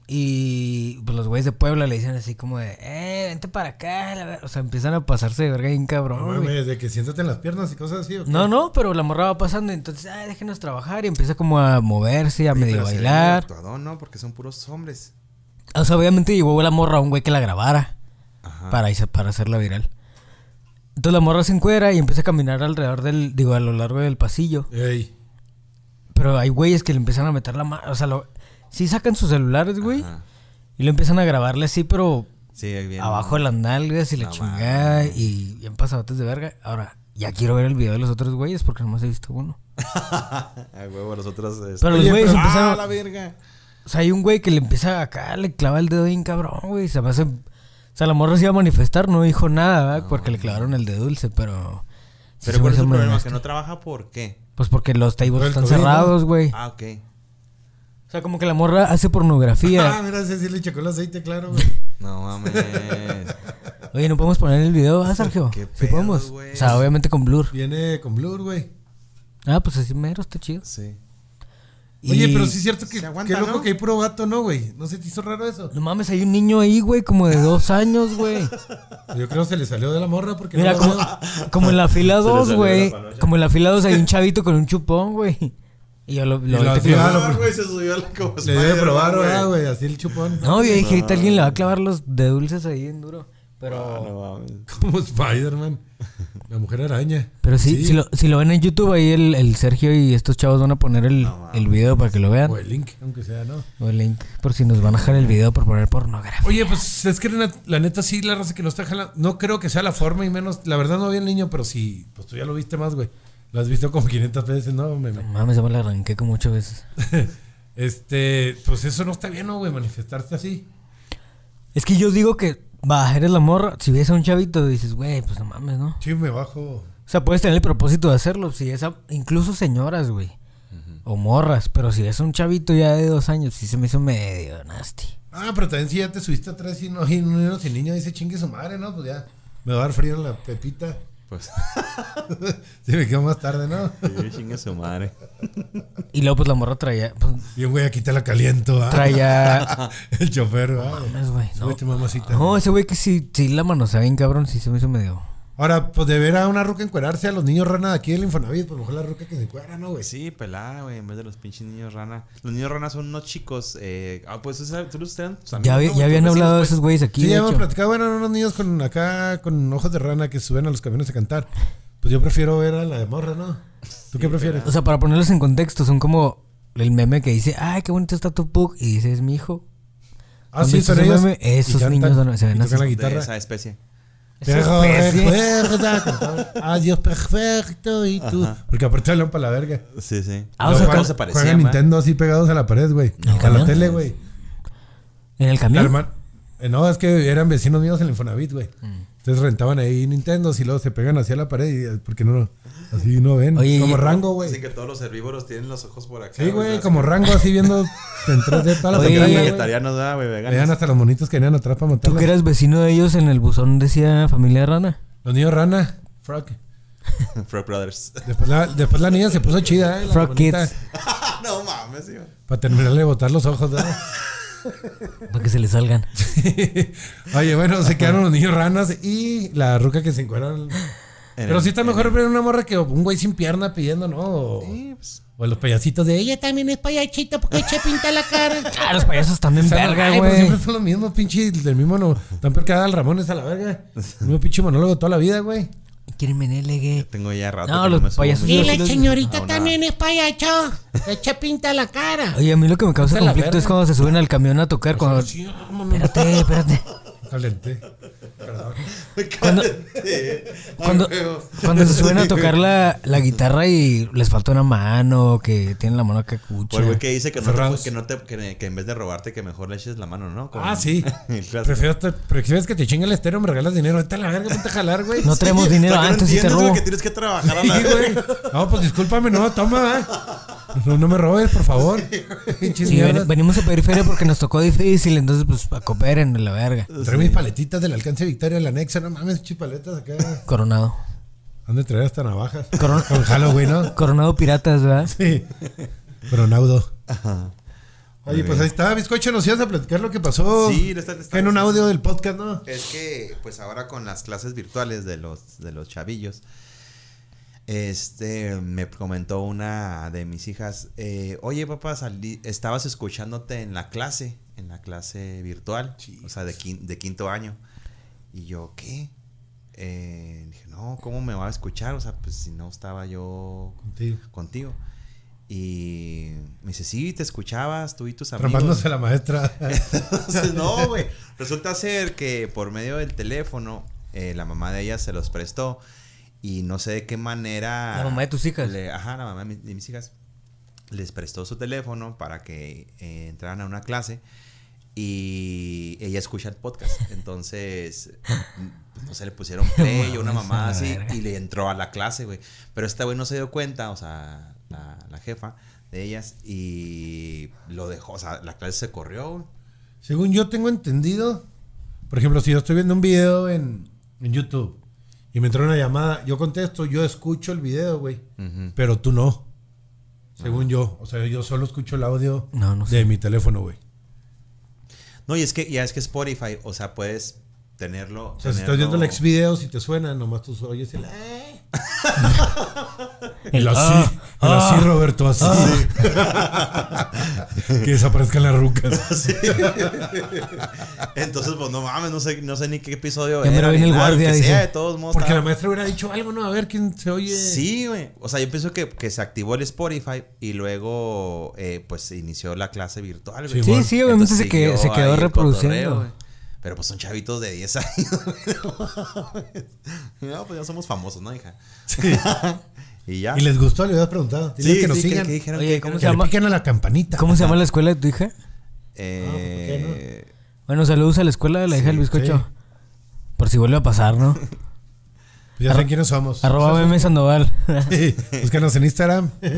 y pues los güeyes de Puebla le dicen así como de, eh, vente para acá, la ver-". o sea, empiezan a pasarse de verga bien
No
cabrón, güey.
mames, de que siéntate en las piernas y cosas así. ¿o qué?
No, no, pero la morra va pasando y entonces, ah, déjenos trabajar y empieza como a moverse, a medio
Pero se ve
bailar.
actuadón, ¿no? Porque son puros hombres.
O sea, obviamente llevó la morra a un güey que la grabara
Ajá.
para, hice- para hacerla viral. Entonces la morra se encuera y empieza a caminar alrededor del, digo, a lo largo del pasillo.
Ey,
Pero hay güeyes que le empiezan a meter la mano, o sea, lo, sí sacan sus celulares, güey,
Ajá.
y lo empiezan a grabarle así, pero
Sí, bien. <laughs>
abajo de las nalgas y la
No
chingada y bien pasadotes de verga. Ahora, ya quiero ver el video de los otros güeyes porque nomás he visto uno.
Ay, huevo, los otros. este-
Pero los
Oye,
güeyes
pero-
empezaron...
¡Ah, la verga!
O sea, hay un güey que le empieza acá, le clava el dedo bien cabrón, güey. Se me hace... O sea, la morra se iba a manifestar, no dijo nada, ¿verdad? porque le clavaron el de dulce, pero... sí se
Pero
me
¿cuál es
hace
el
muy
problema?
nasty.
¿Que no trabaja por qué?
Pues porque los tables
Por el
están
COVID, ¿no?
cerrados, güey.
Ah, ok.
O sea, como que la morra hace
<laughs>
Ah,
pornografía.
mira, ese sí le checó el aceite, claro, güey.
No mames.
Oye, ¿no podemos poner el video, ah, Sergio?
Qué
sí
pedo,
podemos.
güey.
O sea, obviamente con blur.
Viene con blur, güey.
Ah, pues así mero, está chido.
<laughs> sí.
Oye,
Y-
pero sí es cierto que
se aguanta,
qué loco
¿no?
que hay puro vato, ¿no, güey? ¿No se te hizo raro eso?
No mames, hay un niño ahí, güey, como de dos años, güey.
Yo creo que se le salió de la morra porque
Mira,
no
como, como en la fila
Se le
2,
salió
güey.
la panocha.
Como en la fila 2 hay un chavito con un chupón, güey. Y yo lo, lo-
Y lo
ahorita que
hacía-
lo-
Ah, güey,
se subió la como
le debe probar, ¿verdad, güey? Así el <laughs> chupón.
No, yo dije, ahorita alguien le va a clavar los de dulces ahí en duro. Pero,
No mames.
Como Spider-Man. La mujer araña.
pero sí, Si, lo, si lo ven en YouTube, ahí el, el Sergio y estos chavos van a poner el, el video para que lo vean.
O el link, aunque sea, ¿no?
O el link, por si nos van a dejar el video por poner pornografía.
Oye, pues es que la, la neta sí, la raza que nos está jalando. No creo que sea la forma y menos. La verdad no vi al niño, pero sí, pues tú ya lo viste más, güey. Lo has visto como 500 veces, ¿no? Me,
No
me-
Mames, ya me la arranqué como ocho veces.
<laughs> Este, pues eso no está bien, ¿no, güey? Manifestarte así.
Es que yo digo que, va, eres la morra. Si ves a un chavito, dices, güey, pues no mames, ¿no?
Sí, me bajo.
O sea, puedes tener el propósito de hacerlo. Si es a- incluso señoras, güey. O morras. Pero si es un chavito ya de dos años, sí se me hizo medio nasty.
Ah, pero también si ya te subiste a tres y no, y no, si el niño dice chingue su madre, ¿no? Pues ya me va a dar frío en la pepita. <laughs>
Pues, <laughs>
Si me quedo más tarde, ¿no? <laughs>
sí, chingue su madre.
Y luego, pues la morra traía. Pues,
Y un güey aquí te la caliento, ¿ah? <laughs>
<laughs> traía.
El chofer, ¿ah?
Mames, güey, no.
Súbete, mamacita.
no, ese güey que sí, sí la manosea bien, cabrón. Sí se me hizo medio.
Ahora, pues de ver a una ruca encuerarse a los niños rana de aquí del Infonavit, pues mejor la ruca que se encuera, ¿no, güey?
Pues sí, pelada, güey, en vez de los pinches niños rana. Los niños rana son unos chicos. Eh, ah, pues tú sabes- tú los tenías tus amigos,
Ya, había- ya
¿no? Tus
habían
vecinos,
hablado de
pues.
esos güeyes aquí.
Sí,
de
ya hemos
hecho.
platicado, bueno, eran unos niños con acá, con ojos de rana que suben a los camiones a cantar. Pues yo prefiero ver a la de morra, ¿no? ¿Tú qué prefieres?
o sea, para ponerlos en contexto, son como el meme que dice, ay, qué bonito está tu pug. Y dice, es mi hijo.
ah, sí,
¿dónde
son
se
ellos.
meme?
y
Esos
cantan,
niños son- se ven
y tocan
así.
la
De
guitarra. eh,
esa especie.
Te recuerda, cantaban, Adiós perfecto y tú. Porque aparte hablan para la verga.
Sí, sí.
Ah, o
Luego
sea,
juegan-
¿cómo se
parecían,
Juegan
va?
Nintendo así pegados a la pared, güey. A la
camión?
tele, güey.
En el
La
camión.
hermana. eh, no, es que eran vecinos míos en el Infonavit, güey.
Mm.
Entonces rentaban ahí Nintendo y luego se pegan hacia la pared y eh, porque no, así no ven.
Oye,
como
y-
Rango, güey.
Dicen que todos los herbívoros tienen los ojos por acá.
Sí, güey,
Así
como Rango así viendo en 3D todas las
Oye,
que
pestañas, güey.
Vegetarianos, ¿verdad, güey, veganos.
Vean hasta los monitos que venían atrás para
Tú que
matarlos.
eras vecino de ellos en el buzón decía familia rana.
Los niños rana. Frog.
<laughs> Frog Brothers.
<laughs>
Después la, después la niña se puso chida, eh. la
Frog
bonita,
Kids.
no mames, tío.
Para terminarle de botar los ojos, ¿verdad? <laughs>
Para que se le salgan.
Oye, bueno, se quedaron los niños ranas y la ruca que se encuentran. Pero sí está mejor ver una morra que un güey sin pierna pidiendo, ¿no? O,
pues.
o los payasitos de ella también es payachita porque se pinta la cara.
Ah, los payasos también, verga,
Ay, pero
güey.
Siempre son los mismos, pinche, del mismo no. Tan peor que Adal Ramones a la
<laughs>
verga. El mismo pinche monólogo toda la vida, güey.
Quieren venirle, güey.
Tengo ya rato.
No,
que
los
me subo
payasos
a un
Pues yo
Y
sí
la
los-
a
señorita
una-
también es payacho. Echa pinta la cara.
Oye, a mí lo que me causa
Vete a la
conflicto
verga.
es cuando se suben al camión a tocar. Cuando... Espérate, espérate.
Calenté.
<laughs>
Perdón.
Cuando,
<laughs>
cuando, cuando se suben a tocar la, la guitarra y les falta una mano, que tienen la mano acá
O
cucha.
el güey que dice que no,
Ferrados.
te, que, no te, que, que en vez de robarte, que mejor le eches la mano, ¿no? Con-
Ah, sí.
<laughs> el clásico.
Prefiero, te- prefieres que te chingue el estero, me regalas dinero. Vete a la verga, ponte a jalar, güey.
No traemos dinero,
O sea, que no
antes sí te
entiendes, güey,
robo.
que tienes que trabajar a
Sí,
la
güey. No, pues discúlpame, no, toma. ¿eh? No, no me robes, por favor. Pinches
Sí,
mierdas.
ven- venimos a pedir feria porque nos tocó difícil, entonces pues a cooperen, la verga.
Trae mis paletitas del alcance Victoria la Nexa, no mames, chipaletas acá.
Coronado.
Han de traer hasta navajas.
Coron-
Con Halloween, ¿no?
Coronado Piratas, ¿verdad?
Sí. Coronaudo.
Muy
Oye, pues ahí está, bizcocho, nos ibas a platicar lo que pasó.
Sí, lo está- está-
Oh. En un audio del podcast, ¿no?
Es que, pues ahora con las clases virtuales de los, de los chavillos, este, me comentó una de mis hijas, eh, oye papá, salí- estabas escuchándote en la clase, en la clase virtual, o sea, de, quin- de quinto año. Y yo, ¿qué? Eh, dije, no, ¿cómo me va a escuchar? O sea, pues si no estaba yo
Contigo.
contigo. Y me dice, sí, te escuchabas, tú y tus amigos.
Rampándose a la maestra.
<laughs> Entonces, no, güey. Resulta ser que por medio del teléfono, eh, la mamá de ella se los prestó. Y no sé de qué manera.
Ah.
La mamá de tus hijas.
le- ajá, la mamá de mi- de mis hijas. Les prestó su teléfono para que eh, entraran a una clase. Y ella escucha el podcast. Entonces, pues, no sé, le pusieron play o una
Mames,
mamá
a la
así.
verga.
Y le entró a la clase, güey. Pero esta güey no se dio cuenta, o sea, la, la jefa de ellas. Y lo dejó, o sea, la clase se corrió, güey.
Según yo tengo entendido, por ejemplo, si yo estoy viendo un video en, en YouTube y me entra una llamada, yo contesto, yo escucho el video, güey. Pero tú no.
Ah.
Según yo. O sea, yo solo escucho el audio
No, no
de mi teléfono, güey.
No, y es que ya es que Spotify, o sea, puedes tenerlo.
O sea, si
tenerlo-
estás viendo el ex video, si te suena, nomás tú oyes
Ah,
el. "Eh". El así,
Ah,
el así,
ah.
Roberto, así.
ah,
<laughs> que desaparezcan las rucas.
<laughs> Sí. Entonces, pues no mames, no sé, no sé ni qué episodio
Ya me lo
era.
viene
ni
el
nada,
guardia,
que sea,
dice.
de todos modos.
Porque la
estaba-
maestra hubiera dicho algo, ¿no? A ver quién se oye. <laughs>
Sí, güey. O sea, yo pienso que, que se activó el Spotify y luego, eh, pues, se inició la clase virtual, güey.
Sí, Sí,
sí, obviamente se que-
siguió
se quedó
ahí el
reproduciendo.
cotorreo, güey. Pero pues son chavitos de 10 <laughs> años. güey, no mames. No, pues ya somos famosos, ¿no, hija? y ya.
Y les gustó, le hubieras preguntado. Diles que nos
sí,
sigan.
que dijeron
Oye,
que-
¿cómo
Que
se
le
llama? Ah,
piquen a la campanita.
¿Cómo se llama la escuela de tu hija?
Eh,
Ah, ¿por
Bueno, saludos a la escuela de la hija del bizcocho.
sí.
Por si vuelve a pasar,
<laughs>
¿no?
Pues ya saben quiénes somos.
Arroba BM
<laughs>
Sandoval.
<laughs> Sí, búscanos en Instagram. Como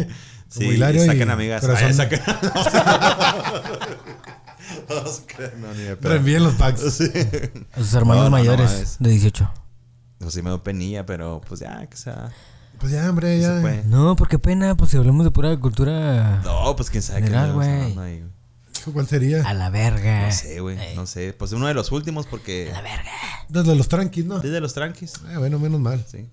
Sí,
Hilario y
saquen amigas.
Corazón.
Ay, saquen- No, no se crean, no, ni de pedo.
Reenvíen los packs.
<laughs> Sí.
A sus hermanos
No, no, no
mayores
mames.
de 18.
Pues sí me dio penilla, pero pues ya, que sea.
Pues ya, hombre,
se
ya.
puede.
No, porque pena, pues si hablamos de pura cultura
No, pues quién sabe qué
General,
andamos
güey.
hablando ahí, güey.
Hijo, ¿Cuál sería?
Ah.
a la verga.
No sé, güey. No sé. Pues uno de los últimos porque.
A la verga.
Desde los tranquis, ¿no?
Desde los tranquis.
Ah, bueno, menos mal.
Sí.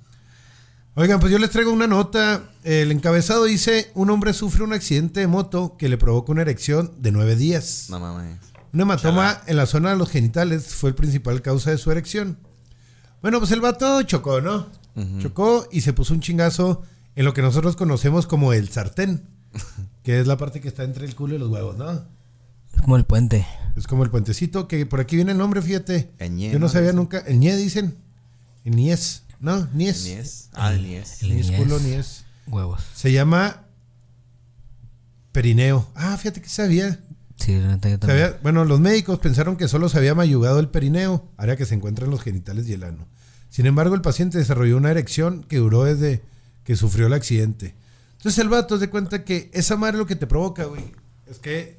Oigan, pues yo les traigo una nota. El encabezado dice: Un hombre sufre un accidente de moto que le provoca una erección de nueve días.
No mames.
Un hematoma en la zona de los genitales fue el principal causa de su erección. Bueno, pues el vato chocó, ¿no? Chocó y se puso un chingazo en lo que nosotros conocemos como el
<laughs>
sartén, que es la parte que está entre el culo y los huevos, ¿no?
Es como el puente.
Es como el puentecito, que por aquí viene el nombre, fíjate.
El ñe,
Yo no
¿no?
sabía
Dicen.
nunca. El ñe dicen. El ñez, ¿no? Ñez. Ñez.
Nies. Ah, el Nies.
El ñez.
culo, ñez.
Huevos.
Se llama perineo. Ah, fíjate que sabía.
Sí, la neta yo
Se
también.
había- bueno, los médicos pensaron que solo se había mayugado el perineo, área que se encuentran los genitales y el ano. Sin embargo, el paciente desarrolló una erección que duró desde que sufrió el accidente. Entonces el vato se cuenta que esa madre lo que te provoca, güey, es que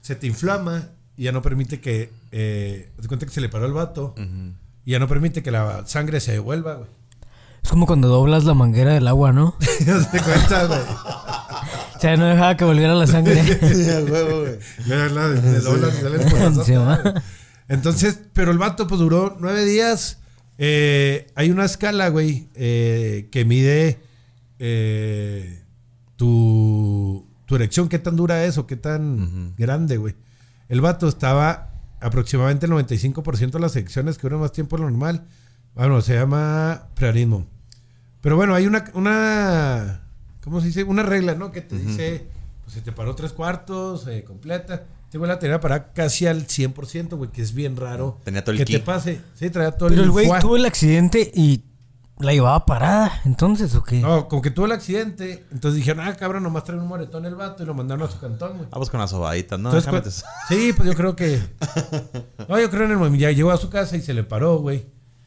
se te inflama y ya no permite que... Eh, haz de cuenta que se le paró el vato y ya no permite que la sangre se devuelva, güey. <laughs>
Es como cuando doblas la manguera del agua,
<laughs>
¿no?
Haz de cuenta, güey.
O sea, no dejaba que volviera la
<laughs>
sangre.
Le da la- le dobla, le da el
<laughs>
corazón.
Sí, ma.
Entonces, pero el vato pues duró nueve días. Eh, hay una escala, güey, eh, que mide eh, tu, tu erección, qué tan dura es o qué tan grande, güey. El vato estaba aproximadamente el 95% de las erecciones que duran más tiempo de lo normal. Bueno, se llama preanismo. Pero bueno, hay una, una, ¿cómo se dice? Una regla, ¿no? Que te dice, pues se te paró tres cuartos, eh, completa. Este güey la tenía para casi al 100%, güey, que es bien raro.
Tenía todo el
Que
ki.
te pase. Sí, traía todo
Pero el güey
fuá.
tuvo el accidente y la llevaba parada. Entonces, ¿o qué?
No, como que tuvo el accidente. Entonces dijeron, ah, cabrón, nomás trae un moretón el vato y lo mandaron a su cantón, güey.
Vamos pues, con las sobaditas, Ah, ¿no?
Entonces,
Déjame
cu-
te-
sí, pues yo creo que.
<laughs>
No, yo creo en el momento. Ya llegó a su casa y se le paró, güey.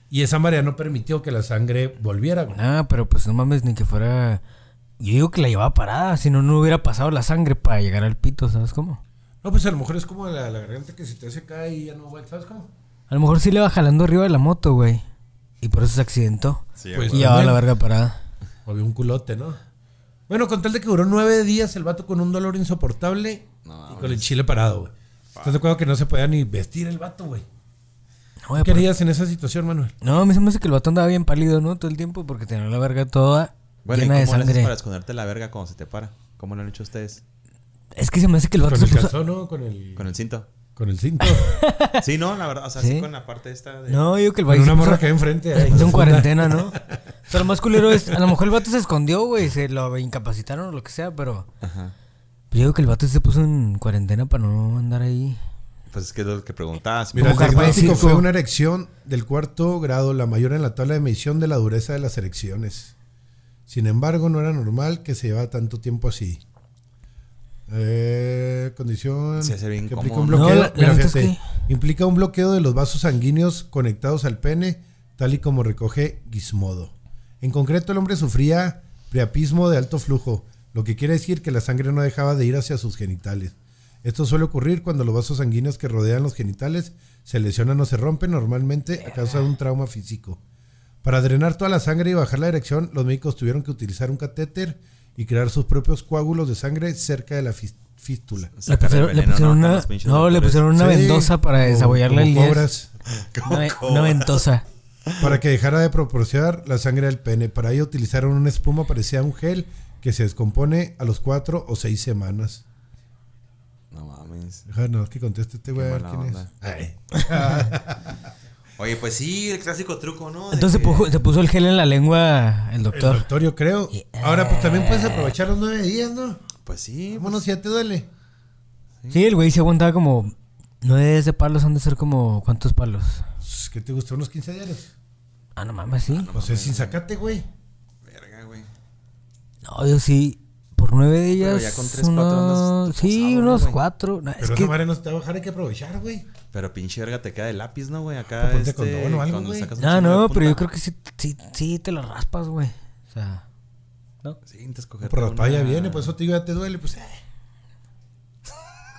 Y esa marea no permitió que la sangre volviera, güey.
Ah, pero pues no mames, ni que fuera. Yo digo que la llevaba parada, si no, no hubiera pasado la sangre para llegar al pito, ¿sabes cómo?
No, pues a lo mejor es como la, la garganta que si te hace acá y ya no vuelve, ¿sabes cómo?
A lo mejor sí le va jalando arriba de la moto, güey. Y por eso se accidentó.
Sí,
Pues,
y ya va la verga parada.
O había un culote, ¿no? Bueno, con tal de que duró nueve días el vato con un dolor insoportable
No,
y con el chile parado, güey. ¿Estás de acuerdo que no se podía ni vestir el vato, güey?
No, güey,
¿Qué
por-
harías en esa situación, Manuel?
No, a mí se me hace que el vato andaba bien pálido, ¿no? Todo el tiempo porque tenía la verga toda
Bueno, ¿y
llena de
cómo le haces
sangre.
para esconderte la verga cuando se te para? ¿Cómo lo han hecho ustedes?
Es que se me hace que el vato
Con
se
el
puso...
calzón, ¿no? Con el,
Con el cinto.
con el
<laughs>
cinto.
Sí, no, la verdad. O sea, sí,
Sí.
con la parte esta de.
No, yo digo que el
con
vato
una
se puso-
morra
<laughs>
que hay enfrente. ahí,
Está en
profunda.
cuarentena, ¿no? O sea, lo más culero es... A lo mejor el vato se escondió, güey. Se lo incapacitaron o lo que sea, pero...
Ajá.
Pues Yo digo que el vato se puso en cuarentena para no andar ahí.
Pues es que es lo que preguntabas.
Mira, el
Como Carmen
diagnóstico
Cinco.
fue una erección del cuarto grado, la mayor en la tabla de medición de la dureza de las erecciones. Sin embargo, no era normal que se llevara tanto tiempo así. Eh, condición
Se hace bien
que implica
incómodo,
un
¿no?
bloqueo.
No, la- la
Mira,
neta es
fíjate, implica un bloqueo de los vasos sanguíneos conectados al pene, tal y como recoge Gizmodo. En concreto, el hombre sufría priapismo de alto flujo, lo que quiere decir que la sangre no dejaba de ir hacia sus genitales. Esto suele ocurrir cuando los vasos sanguíneos que rodean los genitales se lesionan o se rompen normalmente a causa de un trauma físico. Para drenar toda la sangre y bajar la erección, los médicos tuvieron que utilizar un catéter y crear sus propios coágulos de sangre cerca de la fis- fístula.
Le
Sacar el
pusieron, le
veneno,
pusieron
Con
una...
los pinches
No, le
doctores. <laughs>
pusieron una
Sí,
ventosa para
como-
desabollarle
como
el diez.
cobras,
Una, ve- una ventosa.
para que dejara de proporcionar la sangre al pene. Para ello utilizaron una espuma parecida a un gel que se descompone a los cuatro o seis semanas.
No mames.
Deja no, que conteste este güey, a ver
mala
quién
onda.
es. Ay.
<laughs>
<laughs>
Oye, pues sí, el clásico truco, ¿no? De
Entonces pues,
que-
pujo- se puso el gel en la lengua el
El
doctor. eh.
doctor, yo creo. Ahora, pues también puedes aprovechar los nueve días, ¿no?
Pues sí.
Vámonos, si ya te duele.
Sí, el güey se aguantaba como... No es de palos, han de ser como... ¿Cuántos palos?
Pues, ¿Qué te gusta? ¿Unos 15 días?
Ah, no mames, sí.
Pues es sin sacate, güey.
Verga, güey.
No, yo sí. Por nueve de
Pero
ellas.
ya con tres, cuatro andas
unos- Sí,
forzado, ¿no,
unos
güey?
cuatro. No, es
Pero
que
esa madre no se te va a bajar, hay que aprovechar, güey.
Pero pinche verga te queda de lápiz, ¿no, güey? Acá.
ponte
este,
condón o algo,
cuando
güey.
sacas un
No,
chingo de
Ah, no,
punta,
pero yo creo que sí, sí, sí te lo raspas, güey. O sea,
Sí, te escoger.
Por la ya viene,
<laughs>
pues eso te digo, ya te duele, pues. eh.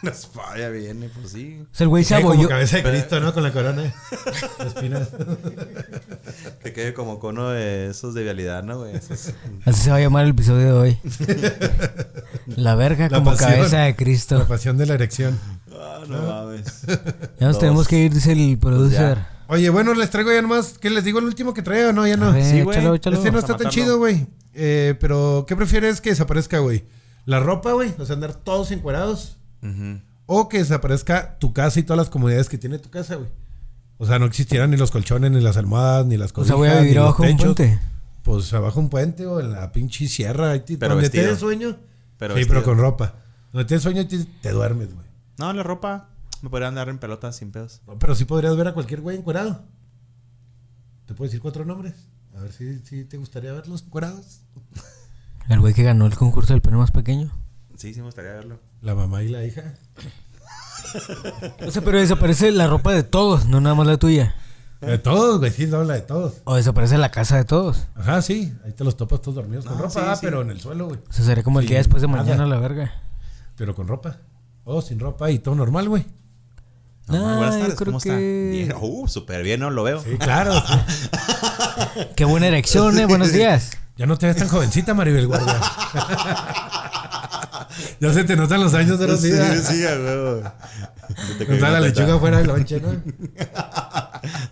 La espalda viene, pues sí.
o sea, el güey se
Cae como
abolló.
cabeza de Cristo, ¿no? Con la corona. eh. Espinas.
Que quede como cono de esos de vialidad, ¿no, güey?
<laughs>
Esos-
Así se va a llamar el episodio de hoy. La verga
La
como
pasión.
cabeza de
La <laughs>
Cristo.
pasión de la erección.
Ah, no mames.
Ya nos
Dos. Pues
tenemos que ir, dice el
<laughs>
producer.
Oye, bueno, les traigo ya nomás. ¿Qué les digo el último que traigo? No, ya
A
no.
ver,
Sí, güey.
échalo, échalo.
Este no
Vamos a
está tan
matarlo.
chido, güey. Eh, pero, ¿qué prefieres que desaparezca, güey? ¿La ropa, güey? O sea, andar todos encuerados.
Ujú.
O que desaparezca tu casa y todas las comodidades que tiene tu casa, güey. O sea, no existieran ni los colchones, ni las almohadas, ni las
O
cosas.
sea, voy a vivir abajo de un puente.
Pues abajo un puente o en la pinche sierra. ahí te-
Pero
donde te
vestido.
dé sueño.
Pero
sí,
vestido.
pero con ropa. Donde te dé sueño, te, te duermes, güey.
No, la ropa. Me podría andar en pelotas sin pedos.
No, Pero sí podrías ver a cualquier güey encuerado. ¿Te puedo decir cuatro nombres? A ver si, si te gustaría verlos encuerados.
El güey que ganó el concurso del pene más pequeño.
Sí, sí, me gustaría verlo.
La mamá y la hija.
O sea, pero desaparece la ropa de todos, no nada más la tuya.
Ah.
De todos, güey. Sí, no, la de todos.
O desaparece la casa de todos.
Ajá, sí. Ahí te los topas todos dormidos con
No,
ropa,
sí,
ah,
sí.
pero en el suelo, güey.
O sea, sería como el
Sí,
día después de
nada.
mañana, la verga.
Pero con ropa. O sin ropa y todo normal, güey.
No,
Ah,
buenas
yo
tardes,
creo
¿cómo está?
que-
Bien. Uh, súper bien, no lo veo. <laughs>
Sí, claro. sí.
Qué buena erección, eh.
<laughs>
Buenos días.
Ya no te ves tan jovencita, Maribel Guardia. ya se te notan los años de los <laughs> días.
sí, a huevo. Se te
Nos
cayó
da la
una teta.
lechuga fuera del lonche, ¿no?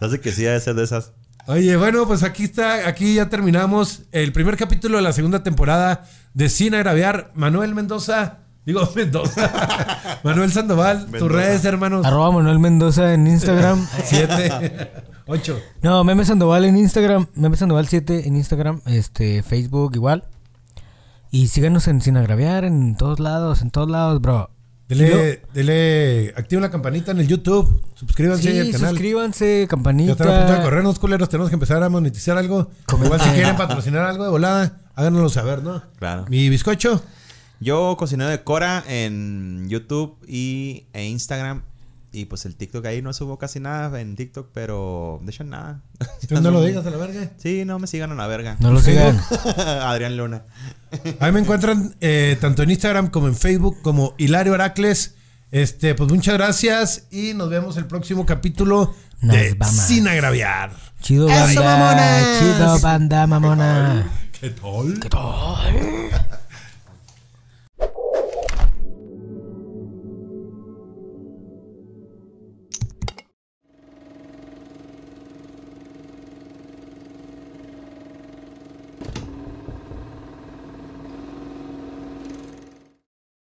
Hace que sí, debe ser de esas.
Oye, bueno, pues aquí está, aquí ya terminamos el primer capítulo de la segunda temporada de Sin Agraviar. Manuel Mendoza, digo <laughs> Mendoza, Manuel Sandoval, tus
Mendoza.
redes, hermanos.
Arroba Manuel Mendoza en
<laughs>
Instagram.
Siete, ocho.
No, Meme Sandoval en Instagram. Meme Sandoval 7 en Instagram. Este, Facebook igual. Y síganos en Sin Agraviar, en todos lados, en todos lados, bro.
Dele, dele, activa la campanita en el YouTube, suscríbanse al
Sí,
canal.
suscríbanse,
Ya están a punto de
campanita.
corrernos, culeros, tenemos que empezar a monetizar algo. Igual si quieren patrocinar algo de volada, háganoslo saber, ¿no?
Claro.
Mi bizcocho,
Yo cocinero de Cora en YouTube y, e Instagram. Y pues el TikTok ahí no subo casi nada en TikTok, pero de hecho nada.
tú
<laughs>
no lo digas a la verga.
Sí, no me sigan a la verga. <laughs>
No lo sigan.
Adrián Luna.
Ahí me encuentran eh, tanto en Instagram como en Facebook como Hilario Heracles. Este, pues muchas gracias y nos vemos el próximo capítulo
Nos
de
vamos.
Sin Agraviar.
Chido
¡Eso,
banda.
mamonas!
Chido banda, mamona.
¿Qué tal?
¿Qué tal?